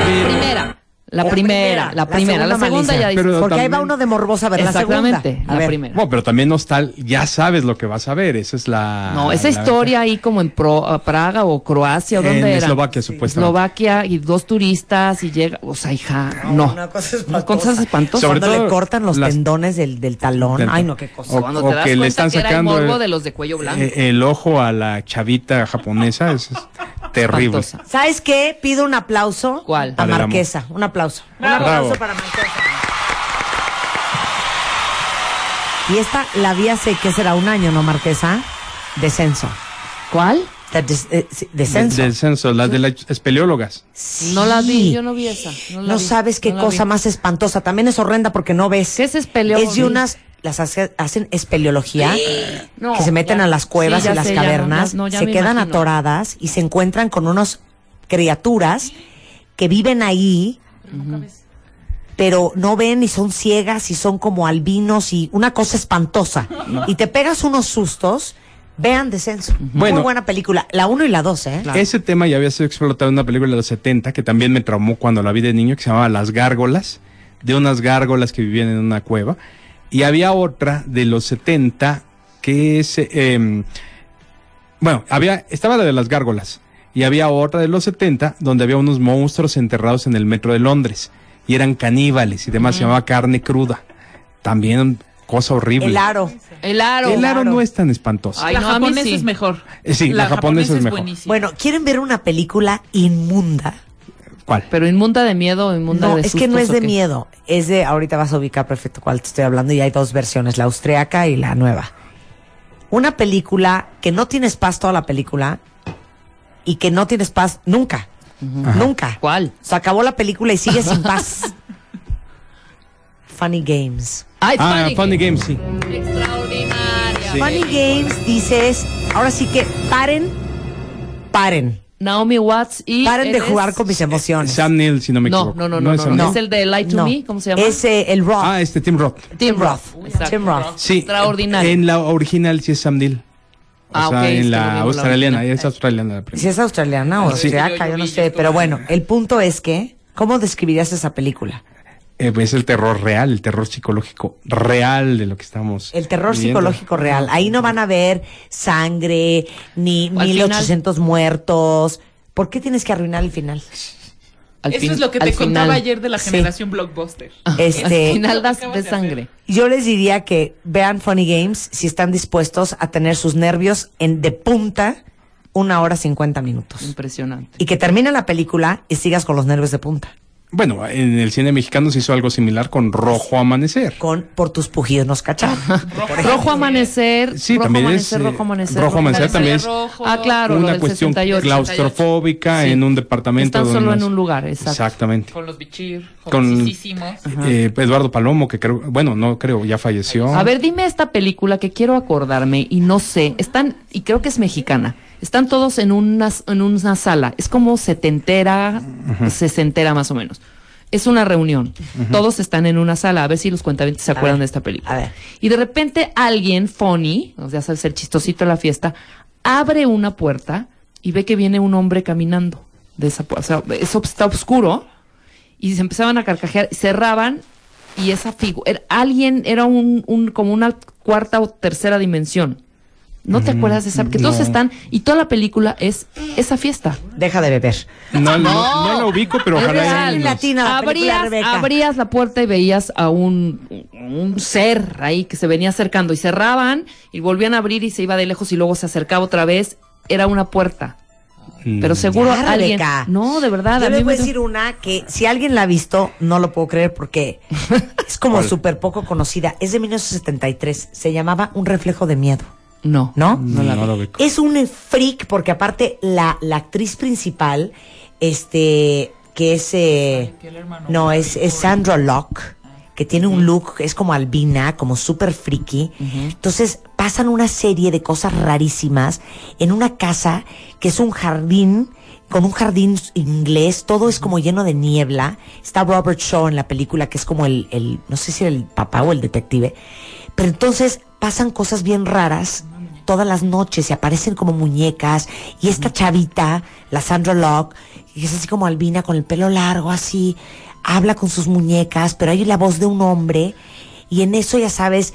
F: Primera. La,
E: La
F: primera, la primera, la segunda,
E: malísima.
F: ya dices.
G: Pero
E: Porque ahí va
G: también-
E: uno de morbosa, ¿verdad?
F: Exactamente,
E: segunda. A
F: la
E: ver.
F: primera.
G: Bueno, pero también Nostal, ya sabes lo que vas a ver. Esa es la.
F: No, esa
G: Ah, la-
F: historia ahí como en Pro- a Praga o Croacia o
G: En
F: dónde era.
G: Eslovaquia, supuestamente.
F: Eslovaquia y dos turistas y llega, o sea, hija, no.
E: Una cosa
F: Unas
E: espantosa.
F: cosas espantosas.
G: Sobre
E: Cuando
G: todo
E: le cortan los
G: las-
E: tendones del, del talón.
G: Del-
E: Ay, no, qué cosa.
G: O-
F: Cuando te das
G: que le
F: cuenta
G: están
F: que era el
G: sacando
F: morbo
G: el-
F: de los de cuello blanco.
G: eh, el ojo a la chavita japonesa es es terrible.
F: Espantosa.
E: ¿Sabes qué? Pido un aplauso
F: ¿Cuál?
E: a
G: Para el
E: Marquesa. Un aplauso.
G: Bravo.
E: Un aplauso para Marquesa. Y esta la vi hace, ¿qué será? Un año, ¿no, Marquesa? Descenso.
F: ¿Cuál?
E: The des- eh, sí,
G: Del
E: descenso.
G: del censo, las de las espeleólogas.
E: Sí.
F: No la vi, yo no vi esa. No, la
E: No
F: vi,
E: sabes qué
F: no la
E: cosa
F: vi.
E: más espantosa. También es horrenda porque no ves.
F: ¿Qué es espeleólogo?
E: Es de unas. Las hace- hacen espeleología,
F: No,
E: que se meten
F: ya.
E: a las cuevas
F: Sí, ya
E: y las
F: sé, ya no,
E: cavernas,
F: ya- no, ya
E: se
F: me
E: quedan
F: imagino.
E: atoradas y se encuentran con unas criaturas que viven ahí, pero no ven y son ciegas y son como albinos y una cosa espantosa. Y te pegas unos sustos, vean descenso. Muy
G: Bueno.
E: buena película, la 1 y la 2, ¿eh?
G: Ese tema ya había sido explotado en una película de los 70 que también me traumó cuando la vi de niño, que se llamaba Las Gárgolas, de unas gárgolas que vivían en una cueva. Y había otra de los 70 que es... eh, em, bueno, había, estaba la de las gárgolas y había otra de los 70 donde había unos monstruos enterrados en el metro de Londres y eran caníbales y demás, se llamaba carne cruda. También cosa horrible.
E: El aro.
F: El aro.
G: El aro
E: claro.
G: no es tan espantoso.
F: Ay,
H: la
F: no, a mí
H: japonesa
F: sí.
H: es mejor.
G: Eh, sí, la japonesa es mejor.
H: buenísima.
E: Bueno, ¿quieren ver una película inmunda?
G: ¿Cuál?
F: Pero inmunda de miedo, inmunda
E: No,
F: de
E: es que no
F: sustos,
E: es
F: ¿o
E: de
F: qué?
E: miedo, es de, ahorita vas a ubicar perfecto cuál te estoy hablando y hay dos versiones, la austriaca y la nueva. Una película que no tienes paz toda la película y que no tienes paz nunca, nunca.
F: ¿Cuál?
E: Se acabó la película y sigue sin paz. Funny Games.
F: Ay,
G: Ah,
F: Funny
G: Funny
F: Game.
G: Games, sí.
F: Extraordinaria.
G: Sí.
E: Funny Games dices, ahora sí que paren, paren,
F: Naomi Watts y.
E: paren de
F: eres-
E: jugar con mis emociones.
G: Sam Neill, si no me
F: No,
G: equivoco.
F: no, no, no,
G: es
F: no,
G: Sam
F: no,
G: Neill.
F: es el de Lie to Me, ¿cómo se llama?
E: Es eh, el Rock.
G: Ah, este Tim Roth.
E: Tim Roth.
F: Exacto.
E: Tim Roth.
G: Sí.
F: Extraordinario.
G: En la original sí es Sam Neill. O
F: Ah,
G: sea,
F: ok, es que
G: en
F: no Eh.
G: la
F: vimos la
G: australiana,
F: original.
G: es australiana la
E: Si
G: primera.
E: es australiana o
G: Sí.
E: austriaca, yo no sé. Pero bueno, el punto es que, ¿cómo describirías esa película?
G: Eh, pues, es el terror real, el terror psicológico real de lo que estamos.
E: El terror
G: viviendo.
E: psicológico real. Ahí no van a ver sangre, ni
F: Al
E: 1800 muertos. ¿Por qué tienes que arruinar el final?
F: Al
H: Eso
F: fin-
H: es lo que
F: al
H: te contaba
F: final.
H: ayer de la generación blockbuster.
F: Al
E: Este,
F: final das
H: Acabas
F: de
H: de hacer.
F: sangre.
E: yo les diría que vean Funny Games si están dispuestos a tener sus nervios en de punta una hora 50 minutos.
F: Impresionante.
E: Y que termine la película y sigas con los nervios de punta.
G: Bueno, en el cine mexicano se hizo algo similar con Rojo Amanecer.
E: Con Por tus pujidos nos cacharon.
F: Rojo amanecer,
G: Sí,
F: rojo
G: también es,
F: amanecer,
G: eh,
F: rojo amanecer.
G: rojo amanecer también es
H: Rojo.
F: Ah, claro, lo
G: una
F: del
G: cuestión
F: 68.
G: claustrofóbica
F: Sí.
G: en un departamento.
F: Están
G: donde
F: solo en
G: no es-
F: un lugar, exacto.
G: Exactamente.
H: Con los bichir,
G: Con
H: jovencísimos.
G: eh, Eduardo Palomo, que creo, bueno, no creo, ya falleció.
F: A ver, dime esta película que quiero acordarme y no sé. Están, y creo que es mexicana. Están todos en una, en una sala. Es como setentera, sesentera más o menos. Es una reunión. Todos están en una sala. A ver si los cuentavientes se acuerdan
E: ver,
F: de esta película.
E: a ver.
F: Y de repente alguien, funny, o sea, sabe ser chistosito de la fiesta, abre una puerta y ve que viene un hombre caminando de esa puerta. O sea, eso está oscuro y se empezaban a carcajear, cerraban y esa figura, alguien era un, un- como una cuarta o tercera dimensión. ¿No te acuerdas de esa? Porque todos
G: no.
F: están y toda la película es esa fiesta.
E: Deja de beber.
G: No, no, no la ubico, pero
F: Es
G: ojalá.
F: real.
G: y nos-
E: Latina, la película
F: abrías,
E: Rebeca.
F: abrías la puerta y veías a un, un ser ahí que se venía acercando y cerraban y volvían a abrir y se iba de lejos y luego se acercaba otra vez. Era una puerta,
G: Mm,
F: pero seguro
E: Ya,
F: alguien.
E: Rebeca.
F: No, de verdad.
E: Yo
F: a
E: les
F: mí
E: voy a
F: me-
E: decir una que si alguien la ha visto, no lo puedo creer porque es como súper poco conocida. Es de 1973. Se llamaba Un reflejo de miedo,
F: No,
E: ¿no?
G: no la ubico.
E: Es un freak porque aparte la, la actriz principal, este, que es... eh, no, es, es Sandra Locke, que tiene un look, es como albina, como súper friki. Entonces pasan una serie de cosas rarísimas en una casa que es un jardín. Con un jardín s- inglés, todo es como lleno de niebla. Está Robert Shaw en la película, que es como el, el no sé si el papá o el detective. Pero entonces pasan cosas bien raras todas las noches y aparecen como muñecas. Y esta chavita, la Sandra Locke, que es así como albina con el pelo largo, así, habla con sus muñecas, pero hay la voz de un hombre. Y en eso, ya sabes,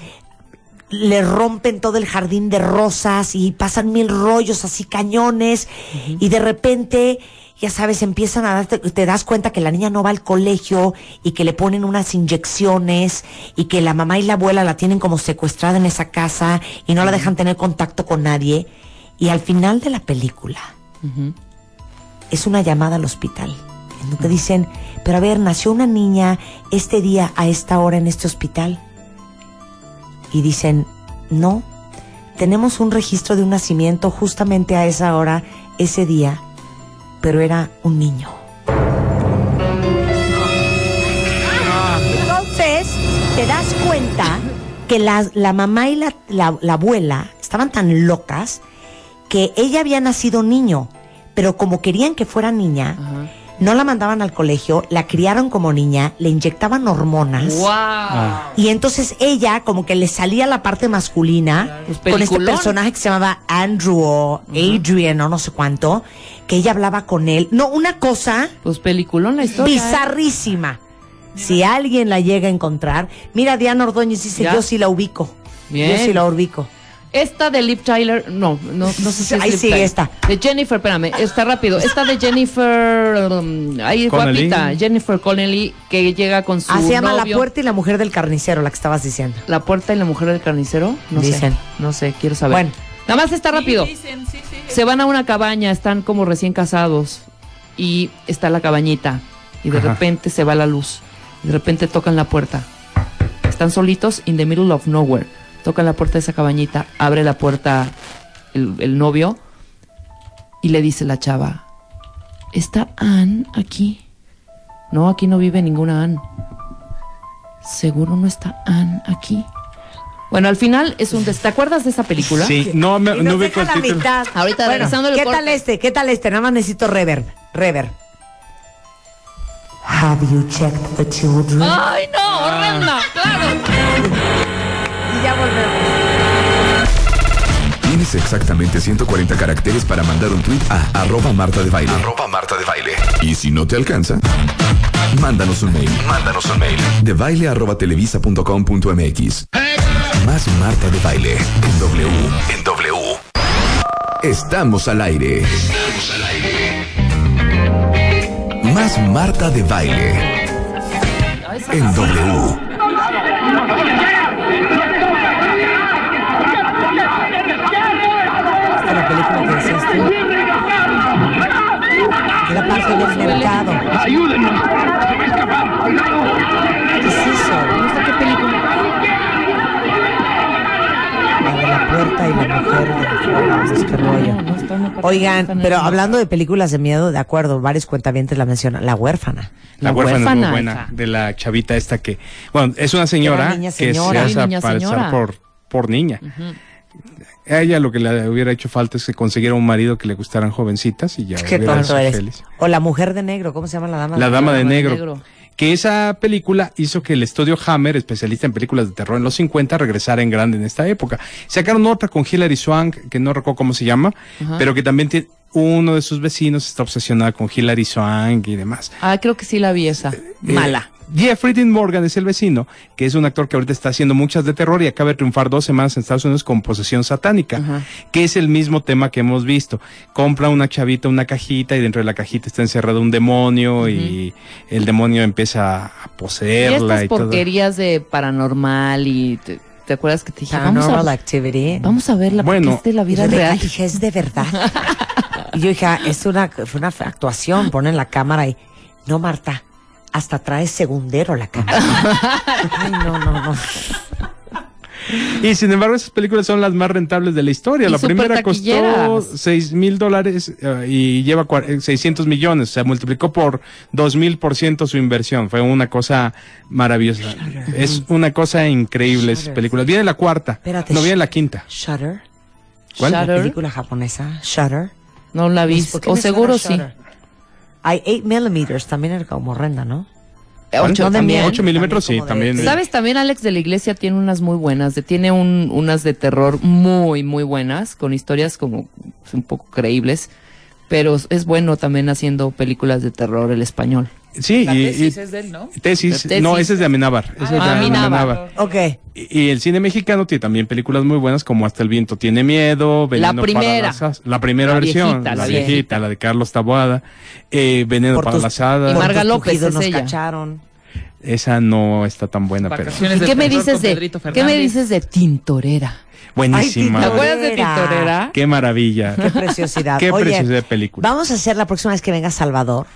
E: le rompen todo el jardín de rosas y pasan mil rollos así cañones y de repente ya sabes empiezan a darte, te das cuenta que la niña no va al colegio y que le ponen unas inyecciones y que la mamá y la abuela la tienen como secuestrada en esa casa y no la dejan tener contacto con nadie y al final de la película es una llamada al hospital. en donde te dicen, pero a ver, nació una niña este día a esta hora en este hospital y dicen, no, tenemos un registro de un nacimiento justamente a esa hora, ese día, pero era un niño. Entonces, te das cuenta que la, la mamá y la, la- la abuela estaban tan locas que ella había nacido niño, pero como querían que fuera niña, no la mandaban al colegio, la criaron como niña, le inyectaban hormonas.
F: ¡Wow!
E: Y entonces ella, como que le salía la parte masculina
F: Pues,
E: con este
F: peliculón.
E: personaje que se llamaba Andrew o Adrian o no sé cuánto, que ella hablaba con él. No, una cosa
F: Pues peliculón la historia. ¿eh?
E: bizarrísima. Si alguien la llega a encontrar, mira, Diana Ordóñez dice,
F: Ya.
E: yo sí la ubico.
F: Bien.
E: Yo sí la ubico.
F: Esta de Liv Tyler, no, no, no sé si es
E: Ahí
F: Liv
E: sigue
F: Tyler.
E: esta.
F: De Jennifer, espérame, está rápido. Esta de Jennifer, um, ahí
G: Connelly.
F: guapita, Jennifer Connelly, que llega con su
E: Ah, se llama La
F: novio.
E: Puerta y la Mujer del Carnicero, la que estabas diciendo.
F: La puerta y la mujer del carnicero, no
E: Dicen.
F: sé, no sé, quiero saber.
E: Bueno.
F: nada más está rápido.
H: Sí, dicen, sí, sí.
F: Se van a una cabaña, están como recién casados y está la cabañita y de
G: Ajá.
F: repente se va la luz. De repente tocan la puerta. Están solitos in the middle of nowhere. Tocan la puerta de esa cabañita, abre la puerta el, el novio y le dice la chava, ¿está Ann aquí? No, aquí no vive ninguna Ann. Seguro no está Ann aquí. Bueno, al final es un... des- ¿Te acuerdas de esa película?
G: Sí, no, me,
E: Y
G: no
E: nos
G: ubico
E: deja
G: el
E: la
G: título.
E: mitad.
F: Ahorita
E: Bueno,
F: regresando del
E: ¿Qué
F: corte.
E: tal este? ¿Qué tal este? Nada más necesito reverb. Reverb. Have you checked the children?
F: ¡Ay, no!
G: Ah.
F: ¡Horrenda! ¡Claro!
E: Y ya volvemos.
A: Tienes exactamente 140 caracteres para mandar un tweet a arroba Marta de Baile. Arroba Marta de Baile. Y si no te alcanza, mándanos un mail. Mándanos un mail. De baile arroba televisa.com.mx. Más Marta de Baile. En W. En W. Estamos al aire. Estamos al aire. Más Marta de Baile. En W.
E: Esta es la película que decías tú. Que Era parte del mercado.
C: ¡Ayúdennos!
E: puerta y la mujer de los cuernos, qué rollo.
F: pues, No, no está en la parte que está
E: Oigan,
F: en
E: pero
F: el-
E: hablando de películas de miedo, de acuerdo, varios cuentavientes la mencionan, La huérfana.
G: La,
F: La
G: huérfana, es muy
F: huérfana,
G: buena,
F: hija.
G: de la chavita esta que, bueno, es una señora
E: Era niña
G: que se
E: señora.
G: hace
F: Niña
G: pasar
F: señora.
G: por, por niña. A ella lo que le hubiera hecho falta es que consiguiera un marido que le gustaran jovencitas y ya
E: Qué
G: hubiera
E: tonto
G: sido
E: eres.
G: feliz.
E: O La mujer de negro, ¿cómo se llama la dama?
G: La dama
F: Dama
G: de
F: de
G: negro.
F: Negro.
G: Que esa película hizo que el estudio Hammer, especialista en películas de terror en los 50, regresara en grande en esta época. Sacaron otra con Hilary Swank, que no recuerdo cómo se llama, pero que también tiene, uno de sus vecinos está obsesionado con Hilary Swank y demás.
F: Ah, creo que sí la vi esa. Mala.
G: Eh, Jeffrey Dean Morgan es el vecino, que es un actor que ahorita está haciendo muchas de terror y acaba de triunfar dos semanas en Estados Unidos con Posesión Satánica, que es el mismo tema que hemos visto. Compra una chavita una cajita y dentro de la cajita está encerrado un demonio y el demonio empieza a
F: Y
G: poseerla
F: estas
G: y, todo.
F: porquerías de paranormal y te, ¿te acuerdas que te dije, vamos
E: Paranormal
F: a,
E: Activity.
F: vamos a verla porque
G: Bueno.
F: es de la
E: Y
F: vida
E: Rebeca,
F: real.
E: Dije, es de verdad. y yo dije, ah, es una, fue una actuación, ponen la cámara y, no, Marta, hasta trae segundero la cámara. Ay, no, no, no.
G: Y sin embargo, esas películas son las más rentables de la historia.
F: Y
G: La
F: súper
G: primera costó
F: taquilleras.
G: 6 mil dólares eh, y lleva cua- eh, 600 millones. O sea, multiplicó por 2 mil por ciento su inversión. Fue una cosa maravillosa. Es una cosa increíble esas películas. Viene la cuarta.
E: Espérate.
G: No, viene la quinta.
E: Shutter,
G: ¿Cuál?
E: la
F: Shutter.
E: película japonesa, Shutter.
F: No la vi,
E: Pues, ¿Por qué
F: o
E: me suena
F: seguro sí.
E: Shudder? Hay 8 millimeters, también era como horrenda, ¿no?
F: Eh, Ocho
G: ¿Cuál?
F: también.
G: Ocho milímetros, sí,
E: También como de-
G: también.
F: ¿Sabes? También Alex de la Iglesia tiene unas muy buenas. de- Tiene un- unas de terror muy, muy buenas, con historias como pues, un poco creíbles. Pero es bueno también haciendo películas de terror el español.
G: Sí,
H: La
G: y,
H: tesis
G: y-
H: es de él, ¿no?
G: tesis.
F: La tesis.
G: No, ese es de Amenábar. Ese es de
F: Ah, Amenábar.
G: Amenábar.
E: Ok.
G: Y y el cine mexicano tiene también películas muy buenas como Hasta el viento tiene miedo, Veneno para
F: primera.
G: las Hadas- la primera
F: La
G: versión,
F: viejita,
G: la
F: la
G: viejita,
F: viejita.
G: la de Carlos Taboada, eh, Veneno para
E: tus-
G: las
E: por
F: Y
G: hadas.
F: Marga
E: tus
F: López
E: pujidos
F: es
E: nos
F: ella.
E: cacharon.
G: Esa no está tan buena, pero
H: Vacaciones
F: ¿Y
H: del
F: qué me
H: terror
F: dices
H: con
F: de
H: Pedrito
F: qué me
H: Fernández.
F: dices de Tintorera?
G: buenísima.
E: Ay,
F: ¿Te
E: Tintorera.
F: acuerdas de Tintorera?
G: Qué maravilla.
E: Qué preciosidad.
G: Qué
E: Oye,
G: preciosidad de película.
E: Vamos a hacer la próxima vez que venga Salvador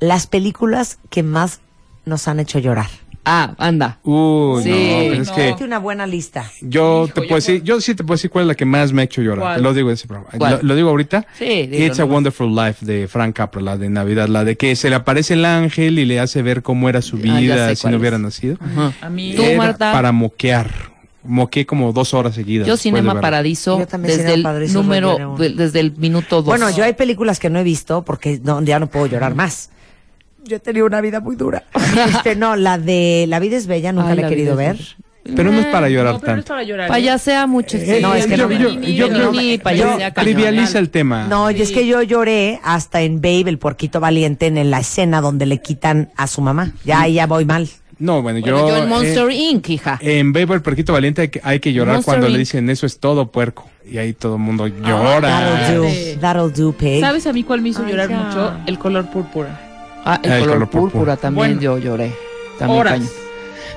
E: las películas que más nos han hecho llorar.
F: Ah, anda.
G: Uy,
F: Sí.
G: no, pero es
H: No.
G: que
E: Hazte una buena lista.
G: yo
H: Hijo,
G: te
H: yo
G: puedo decir, yo sí te puedo decir cuál es la que más me ha hecho llorar.
H: ¿Cuál?
G: Te Lo digo en ese programa.
F: pues. ¿Cuál?
G: Lo, lo digo ahorita.
F: Sí, dilo,
G: It's a
F: no.
G: Wonderful Life de Frank Capra, la de Navidad, la de que se le aparece el ángel y le hace ver cómo era su
F: Ah, ya
G: vida
F: sé
G: si
F: cuál
G: no
F: es.
G: hubiera nacido.
H: A mí
F: Tú,
G: Era
F: Marta.
G: Para moquear. Moqué como dos horas seguidas.
F: Yo
G: después de
F: Cinema
G: verla.
F: Paradiso
E: Yo también
F: desde
E: Cinema
F: el
E: Paradiso lo lloré
F: número
E: uno.
F: desde el minuto dos.
E: Bueno, yo hay películas que no he visto porque no, ya no puedo llorar más. Yo he tenido una vida muy dura. Este, no, la de La vida es bella nunca
F: Ay,
E: la he
F: la
E: querido
F: vida
E: ver.
F: es
G: Pero no es
F: Mm,
G: para llorar
H: No, pero no es
G: tanto.
H: para llorar. ¿eh?
F: payasea mucho.
G: Eh,
E: No, es que
G: yo,
E: no me-
G: yo-
H: ni-
G: yo
H: ni-
G: creo-
H: ni
G: yo-
F: payasea cañón.
G: trivializa el tema.
F: Ah.
E: No, y es que yo lloré hasta en Babe, el puerquito valiente, en la escena donde le quitan a su mamá. Ya,
G: Mm.
E: ahí ya voy mal.
G: No, bueno,
F: Bueno, yo,
G: yo.
F: en Monster Inc, hija.
G: eh, en Bebo el perquito valiente hay que, hay que llorar
F: Monster
G: cuando le
F: Inc. Ah,
G: dicen eso es todo puerco. Y ahí todo el mundo llora.
E: That'll do,
H: Órale.
E: that'll do, pig.
H: ¿Sabes a mí cuál me hizo llorar mucho? El color púrpura.
F: ah, el,
G: el
F: color,
G: color
F: púrpura,
G: púrpura.
F: también
H: Bueno.
F: yo lloré. También
H: Horas.
F: cañón.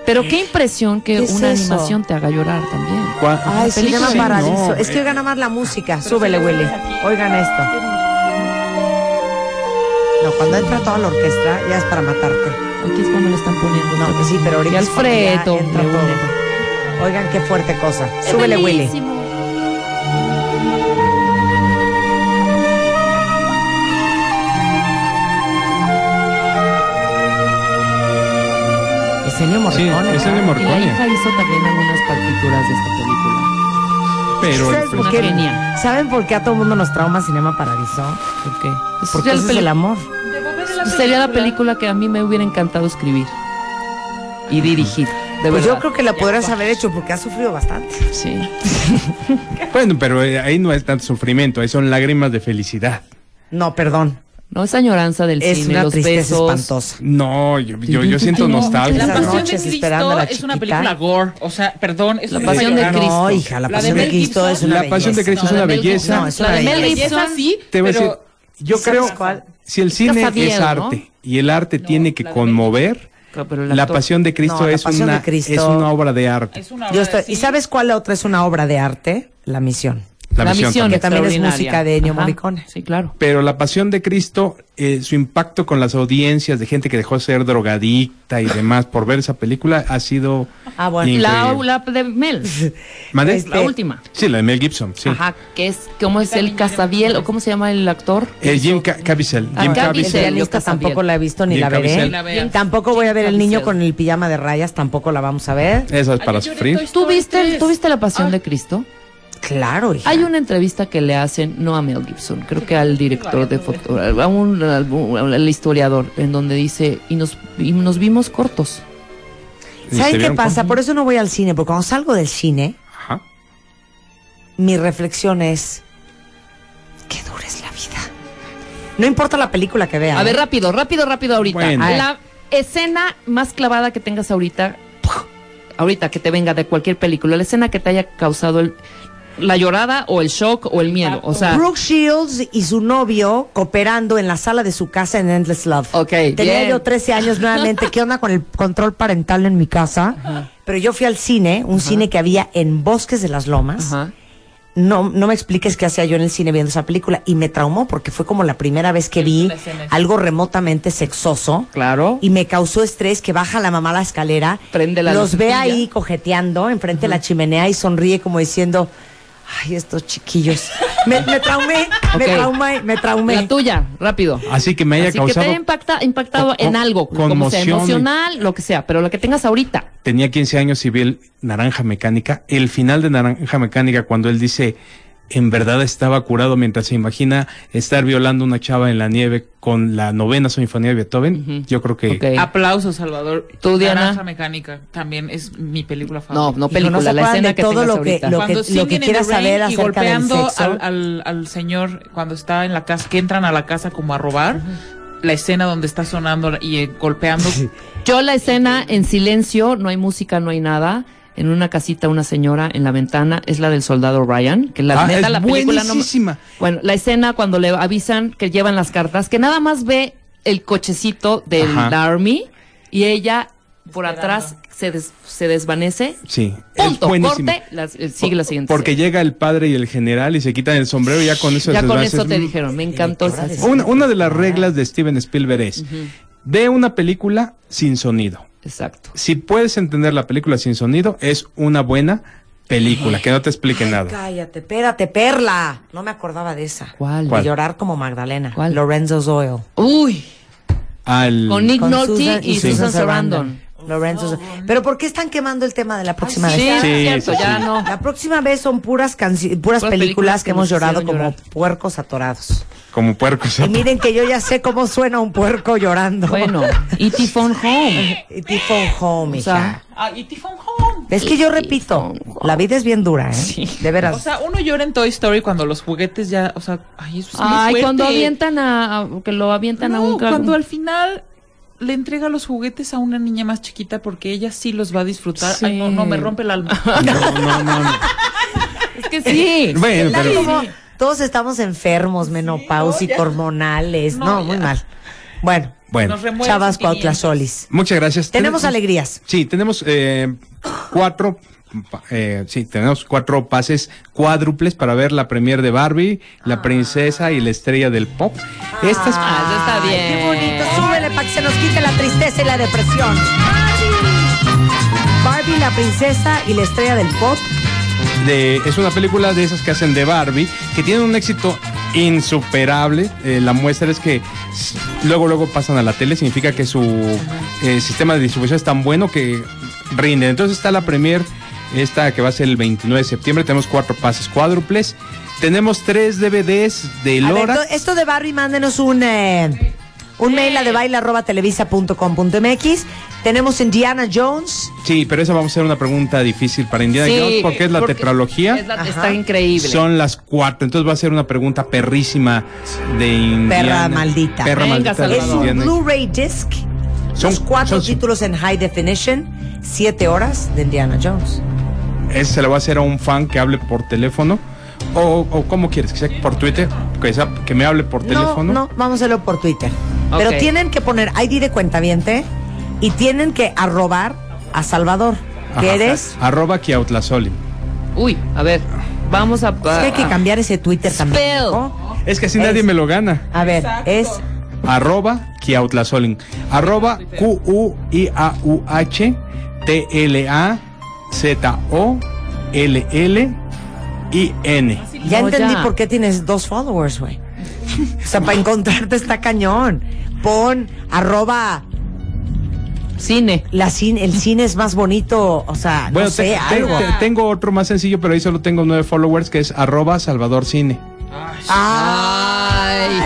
F: Pero qué impresión que
E: ¿Qué es
F: una
E: eso?
F: animación te haga llorar también.
G: Cua-
E: Ay,
G: Sí,
E: Cinema
G: Ah, no,
E: Paradiso.
G: eh,
E: es que oigan nada más la música. Súbele, Willy. Oigan esto. No, cuando entra toda la orquesta, ya es para matarte.
F: Aquí es como le están poniendo.
E: No,
F: todo.
E: que sí, pero ahorita.
F: Y
E: es cuando ya
F: Alfredo,
E: entra
F: me
E: todo.
F: voy.
E: Oigan, qué fuerte cosa. Súbele, Willy. Escenio
G: Sí,
E: Morricone.
G: es el de
F: Y la
G: Morcone.
F: hija hizo también algunas partituras de esta película.
G: Pero el
E: ¿Sabes por
F: Una
E: qué?
F: genia.
E: ¿Saben por qué a todo el mundo nos trauma Cinema Paradiso?
F: ¿Por qué? Es
E: Porque
F: Pues el
E: ese es
F: peli-
E: el amor.
F: Sería la película que a mí me hubiera encantado escribir y dirigir. De
E: Pues
F: verdad.
E: yo creo que la podrías haber hecho porque has sufrido bastante.
F: Sí.
G: Bueno, pero eh, ahí no es tanto sufrimiento, ahí son lágrimas de felicidad.
E: No, perdón.
F: No, esa añoranza del
E: Es
F: cine,
E: una
F: los
E: tristeza
F: besos.
E: espantosa.
G: No, yo, yo, yo siento nostalgia.
H: La
E: Esas
H: Pasión de
E: noches esperando a
H: Cristo
E: la
H: es una
E: chiquita.
H: película gore. O sea, perdón, es
F: La
H: una
F: Pasión de
H: película-
F: Cristo.
E: Ah, No, hija, la
H: La de
E: pasión de,
H: Mel
E: Cristo
H: Gibson.
E: es una
G: La Pasión
E: belleza.
G: de Cristo es
H: No,
G: una
H: la de Mel
G: belleza.
H: Gibson.
E: No, es
H: La
E: una
H: de Mel
E: belleza.
H: Gibson sí,
G: Te voy a decir,
H: pero
G: yo
E: ¿sabes
G: creo
E: cuál?
G: si el cine
F: Casadiel,
G: es
F: ¿no?
G: arte y el arte tiene que
H: la de
G: conmover,
F: Claro, pero el
G: la
F: actor-
G: pasión de Cristo,
E: No, La
G: es,
E: Pasión de
G: una,
E: Cristo-
G: es una obra de arte.
H: es una
E: Yo
H: obra de
E: estoy- ¿Y
H: cine.
E: sabes cuál la otra es una obra de arte? La misión.
G: La, misión.
E: Que también
G: también.
E: es
F: extraordinaria.
E: música de Ennio
F: Ajá,
E: Morricone.
F: Sí, claro.
G: Pero la pasión de Cristo, eh, su impacto con las audiencias de gente que dejó de ser drogadicta y demás por ver esa película ha sido.
E: Ah, bueno.
G: increíble.
F: La, la de Mel.
G: ¿Mande?
E: Este-
F: La última.
G: Sí, la de Mel Gibson, sí.
F: Ajá, que es, ¿cómo es el Casabiel o cómo se llama el actor?
G: Eh, Jim Ca- Caviezel.
F: Ah,
G: Jim
F: Caviezel.
E: Cavisel,
G: Caviezel.
F: Yo
E: lista
F: Casabiel.
E: tampoco la he visto ni
G: Jim
E: la veré.
G: Cavizel.
H: Ni la veas.
E: Tampoco voy a ver el
F: Jim
E: niño
F: Cavizel.
E: con el pijama de rayas, tampoco la vamos a ver.
G: Esa es
H: Ay,
G: para
H: yo lloré Toy
G: sufrir.
F: ¿Tú
H: Story
F: viste,
H: 3.
F: ¿Tú viste la pasión
H: Ah.
F: de Cristo?
E: Claro, hija.
F: Hay una entrevista que le hacen, no a Mel Gibson, creo que al director de foto, a un, al- al historiador, en donde dice, y nos, y nos vimos cortos.
G: Y
E: ¿Saben qué
G: se Este vieron con-
E: pasa? Por eso no voy al cine, porque cuando salgo del cine,
G: Ajá.
E: mi reflexión es que dura es la vida. No importa la película que vea.
F: A
E: ¿eh?
F: ver, rápido, rápido, rápido ahorita.
G: Bueno.
F: A La escena más clavada que tengas ahorita, ahorita que te venga de cualquier película, la escena que te haya causado el- la llorada o el shock o el miedo. O sea,
E: Brooke Shields y su novio cooperando en la sala de su casa en Endless Love.
F: Ok,
E: Tenía
F: bien.
E: yo 13 años nuevamente. ¿Qué onda con el control parental en mi casa? Pero yo fui al cine, un cine que había en Bosques de las Lomas.
F: ajá.
E: No, no me expliques qué hacía yo en el cine viendo esa película. Y me traumó porque fue como la primera vez que vi
H: la escena es-
E: algo remotamente sexoso.
F: claro.
E: Y me causó estrés que baja la mamá a la escalera,
F: Prende la
E: los ve
F: lucecilla.
E: ahí cojeteando enfrente de la chimenea y sonríe como diciendo, ay, estos chiquillos. Me, me traumé,
F: Ok.
E: me traumé, me
F: La
E: traumé.
F: tuya, rápido.
G: Así que me haya
F: Así
G: causado-
F: que te haya impacta- impactado
G: Co-
F: en
G: co-
F: algo, como sea
G: conmoción y-
F: emocional, lo que sea, pero la que tengas ahorita.
G: Tenía 15 años y vi el Naranja Mecánica. El final de Naranja Mecánica, cuando él dice, en verdad estaba curado mientras se imagina estar violando una chava en la nieve con la novena sinfonía de Beethoven.
F: Ujú.
G: Yo creo que.
F: Ok.
H: Aplauso, Salvador.
F: Tú, Diana.
H: Naranja Mecánica también es mi película
F: No,
H: favorita.
E: Hijo,
F: no
E: ¿no se
F: película, la
E: acuerdan
F: escena
E: de
F: que
E: todo
F: tengas
E: lo que-
F: ahorita.
E: lo
H: Cuando
E: que
H: singing in
E: quieras
H: the rain
E: saber
H: y
E: acerca del
H: golpeando
E: sexo.
H: al, al, al señor cuando está en la casa, que entran a la casa como a robar, la escena donde está sonando y eh, golpeando.
F: Yo la escena en silencio, no hay música, no hay nada. En una casita, una señora en la ventana, es la del soldado Ryan, que la
G: Ah,
F: neta
G: es
F: la película no me-
G: buenísima.
F: Bueno, la escena cuando le avisan que llevan las cartas, que nada más ve el cochecito del
G: Ajá.
F: Army y ella por atrás se, des- se desvanece.
G: Sí.
F: Punto,
G: buenísima.
F: corte, la- eh, sigue la siguiente.
G: Porque
F: escena.
G: llega el padre y el general y se quitan el sombrero y ya con eso
F: ya
G: se
F: con
G: va a
F: eso
G: hacer-
F: te dijeron, me encantó esa escena.
G: Una, una de las reglas de Steven Spielberg es: ve una película sin sonido.
F: Exacto.
G: Si puedes entender la película sin sonido, es una buena película, que no te explique nada.
E: Cállate, espérate, Perla. No me acordaba de esa.
F: ¿Cuál?
E: De llorar como Magdalena.
F: ¿Cuál?
E: Lorenzo Zoil.
F: Uy,
G: Al...
F: con Nick
E: Con
F: Nolte
E: Susan-
F: y
G: Sí.
F: Susan Sarandon.
E: Lorenzo Zoil. Pero ¿por qué están quemando el tema de la próxima
F: Sí,
E: vez?
F: es
G: Sí,
F: cierto,
G: sí,
F: ya
G: sí.
F: no.
E: La próxima vez son puras canci- puras
F: Puras
E: películas que hemos
F: películas que
E: llorado
F: nos
E: como
F: hicieron
E: puercos atorados.
G: Como puercos.
E: Y miren que yo ya sé cómo suena un puerco llorando.
F: Bueno, y Tifón Home.
E: Y tipo home,
F: O sea,
E: hija.
H: Ah, y Tifón Home.
E: Es que yo repito, la vida es bien dura, ¿eh? De veras.
H: O sea, uno llora en Toy Story cuando los juguetes ya, o sea, ay, eso es Pues muy
F: Ay,
H: fuerte.
F: cuando avientan a, a- que lo avientan a
H: No,
F: un ca-
H: cuando al final le entrega los juguetes a una niña más chiquita porque ella sí los va a disfrutar.
F: Sí.
H: Ay, no, no, me rompe el alma.
G: No, no, no, no.
F: Es que sí.
G: Bueno,
E: Está
G: pero
E: como- todos estamos enfermos, menopáusicos, hormonales. No,
H: No,
E: muy
H: ya.
E: mal. Bueno,
G: bueno.
H: Nos remueve
E: Chavas
H: el sentimiento.
E: Cuautla Solis.
G: Muchas gracias.
E: Tenemos
G: Ten-
E: alegrías.
G: Sí, tenemos eh, cuatro. pa- eh, sí, tenemos cuatro pases cuádruples para ver la premier de Barbie, la princesa y la estrella del pop. Estas
F: Ah, eso está bien.
E: Qué bonito, súbele para que se nos quite la tristeza y la depresión. Barbie, la princesa y la estrella del pop.
G: de- es una película de esas que hacen de Barbie, que tienen un éxito insuperable. Eh, la muestra es que s- luego, luego pasan a la tele, significa que su eh, sistema de distribución es tan bueno que rinde. Entonces está la premier, esta que va a ser el 29 de septiembre, tenemos cuatro pases cuádruples. Tenemos tres DVDs de
E: A ver,
G: Lora.
E: to- esto de Barbie, mándenos un, eh, un mail a debaila.televisa.com.mx. Tenemos Indiana Jones.
G: Sí, pero esa vamos a hacer una pregunta difícil para Indiana
F: Sí,
G: Jones porque es la tetralogía.
F: es la-
E: Ajá.
F: está increíble.
G: Son las cuatro, entonces va a ser una pregunta perrísima de Indiana.
E: Perra maldita.
G: Perra
F: Venga,
G: maldita de
E: Es
F: Salvador.
E: un
G: Indiana.
E: Blu-ray disc.
G: Son-
E: Son cuatro
G: son-
E: títulos en high definition, siete horas de Indiana Jones.
G: Ese se lo va a hacer a un fan que hable por teléfono. O, o como quieres, que sea por Twitter, que, sea- que me hable por
E: No,
G: teléfono.
E: no, vamos a hacerlo por Twitter.
F: Ok.
E: Pero tienen que poner ID de cuenta y tienen que arrobar a Salvador,
G: Ajá.
E: que eres
G: Arroba Kiautlazoli.
F: Uy, a ver. Vamos a.
E: Es que hay que cambiar ese Twitter también.
F: Spell.
E: ¿no?
G: Es que así
E: Es-
G: nadie me lo gana.
E: A ver,
H: Exacto.
E: es
G: Arroba Kiautlazoling. Arroba Q-U-I-A-U-H-T-L-A-Z-O-L-L-I-N.
E: Ya
F: No,
E: entendí
F: ya.
E: por qué tienes dos followers, güey. O sea, para encontrarte está cañón. Pon arroba
F: Cine.
E: la cine, el cine es más bonito, o sea,
G: Bueno,
E: Ah, no sé,
G: te- te-
E: algo. Ah.
G: te- tengo otro más sencillo, pero ahí solo tengo nueve followers, que es arroba Salvador Cine.
E: Ay,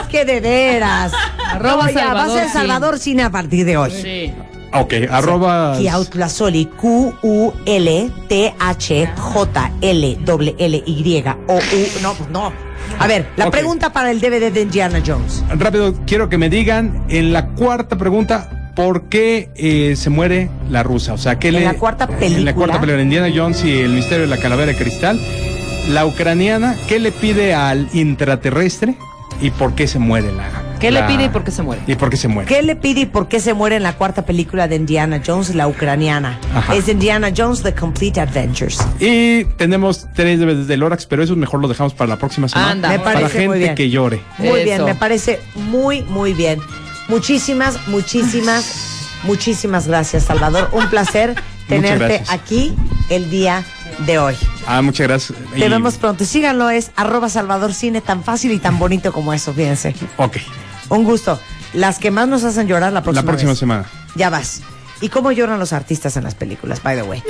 E: es que de veras.
F: Arroba
E: No, ya, va a
F: Salvador
E: ser Salvador Cine a partir de hoy.
F: Sí.
G: Ah, Ok, arroba...
E: Kiautlazoli, Q-U-L-T-H-J-L-L-Y-O-U. No, no. A ver, la
G: Ok.
E: pregunta para el DVD de Indiana Jones.
G: Rápido, quiero que me digan en la cuarta pregunta por qué eh, se muere la rusa. O sea, ¿qué
E: En
G: le-
E: la cuarta
G: En la
E: película.
G: cuarta película, Indiana Jones y el misterio de la calavera de cristal. La ucraniana, ¿qué le pide al intraterrestre y por qué se muere la.
F: ¿Qué le
G: la-
F: pide y por qué se muere?
G: Y por qué se muere.
E: ¿Qué le pide y por qué se muere en la cuarta película de Indiana Jones, la ucraniana?
G: Ajá.
E: Es Indiana Jones The Complete Adventures.
G: Y tenemos tres DVDs del Lorax, pero eso mejor lo dejamos para la próxima semana.
F: Anda.
E: Me
F: Para
G: para
E: parece
G: gente
E: muy bien.
G: que llore.
E: Muy bien,
F: Eso.
E: me parece muy, muy bien. Muchísimas, muchísimas, muchísimas gracias, Salvador. Un placer tenerte
G: gracias.
E: aquí el día de hoy.
G: Ah, muchas gracias.
E: Te
G: Y-
E: vemos pronto. Síganlo, es arroba Salvador Cine, tan fácil y tan bonito como eso, fíjense.
G: Ok,
E: Un gusto. Las que más nos hacen llorar la próxima
G: la próxima
E: vez.
G: semana.
E: Ya vas. ¿Y cómo lloran los artistas en las películas, by the way?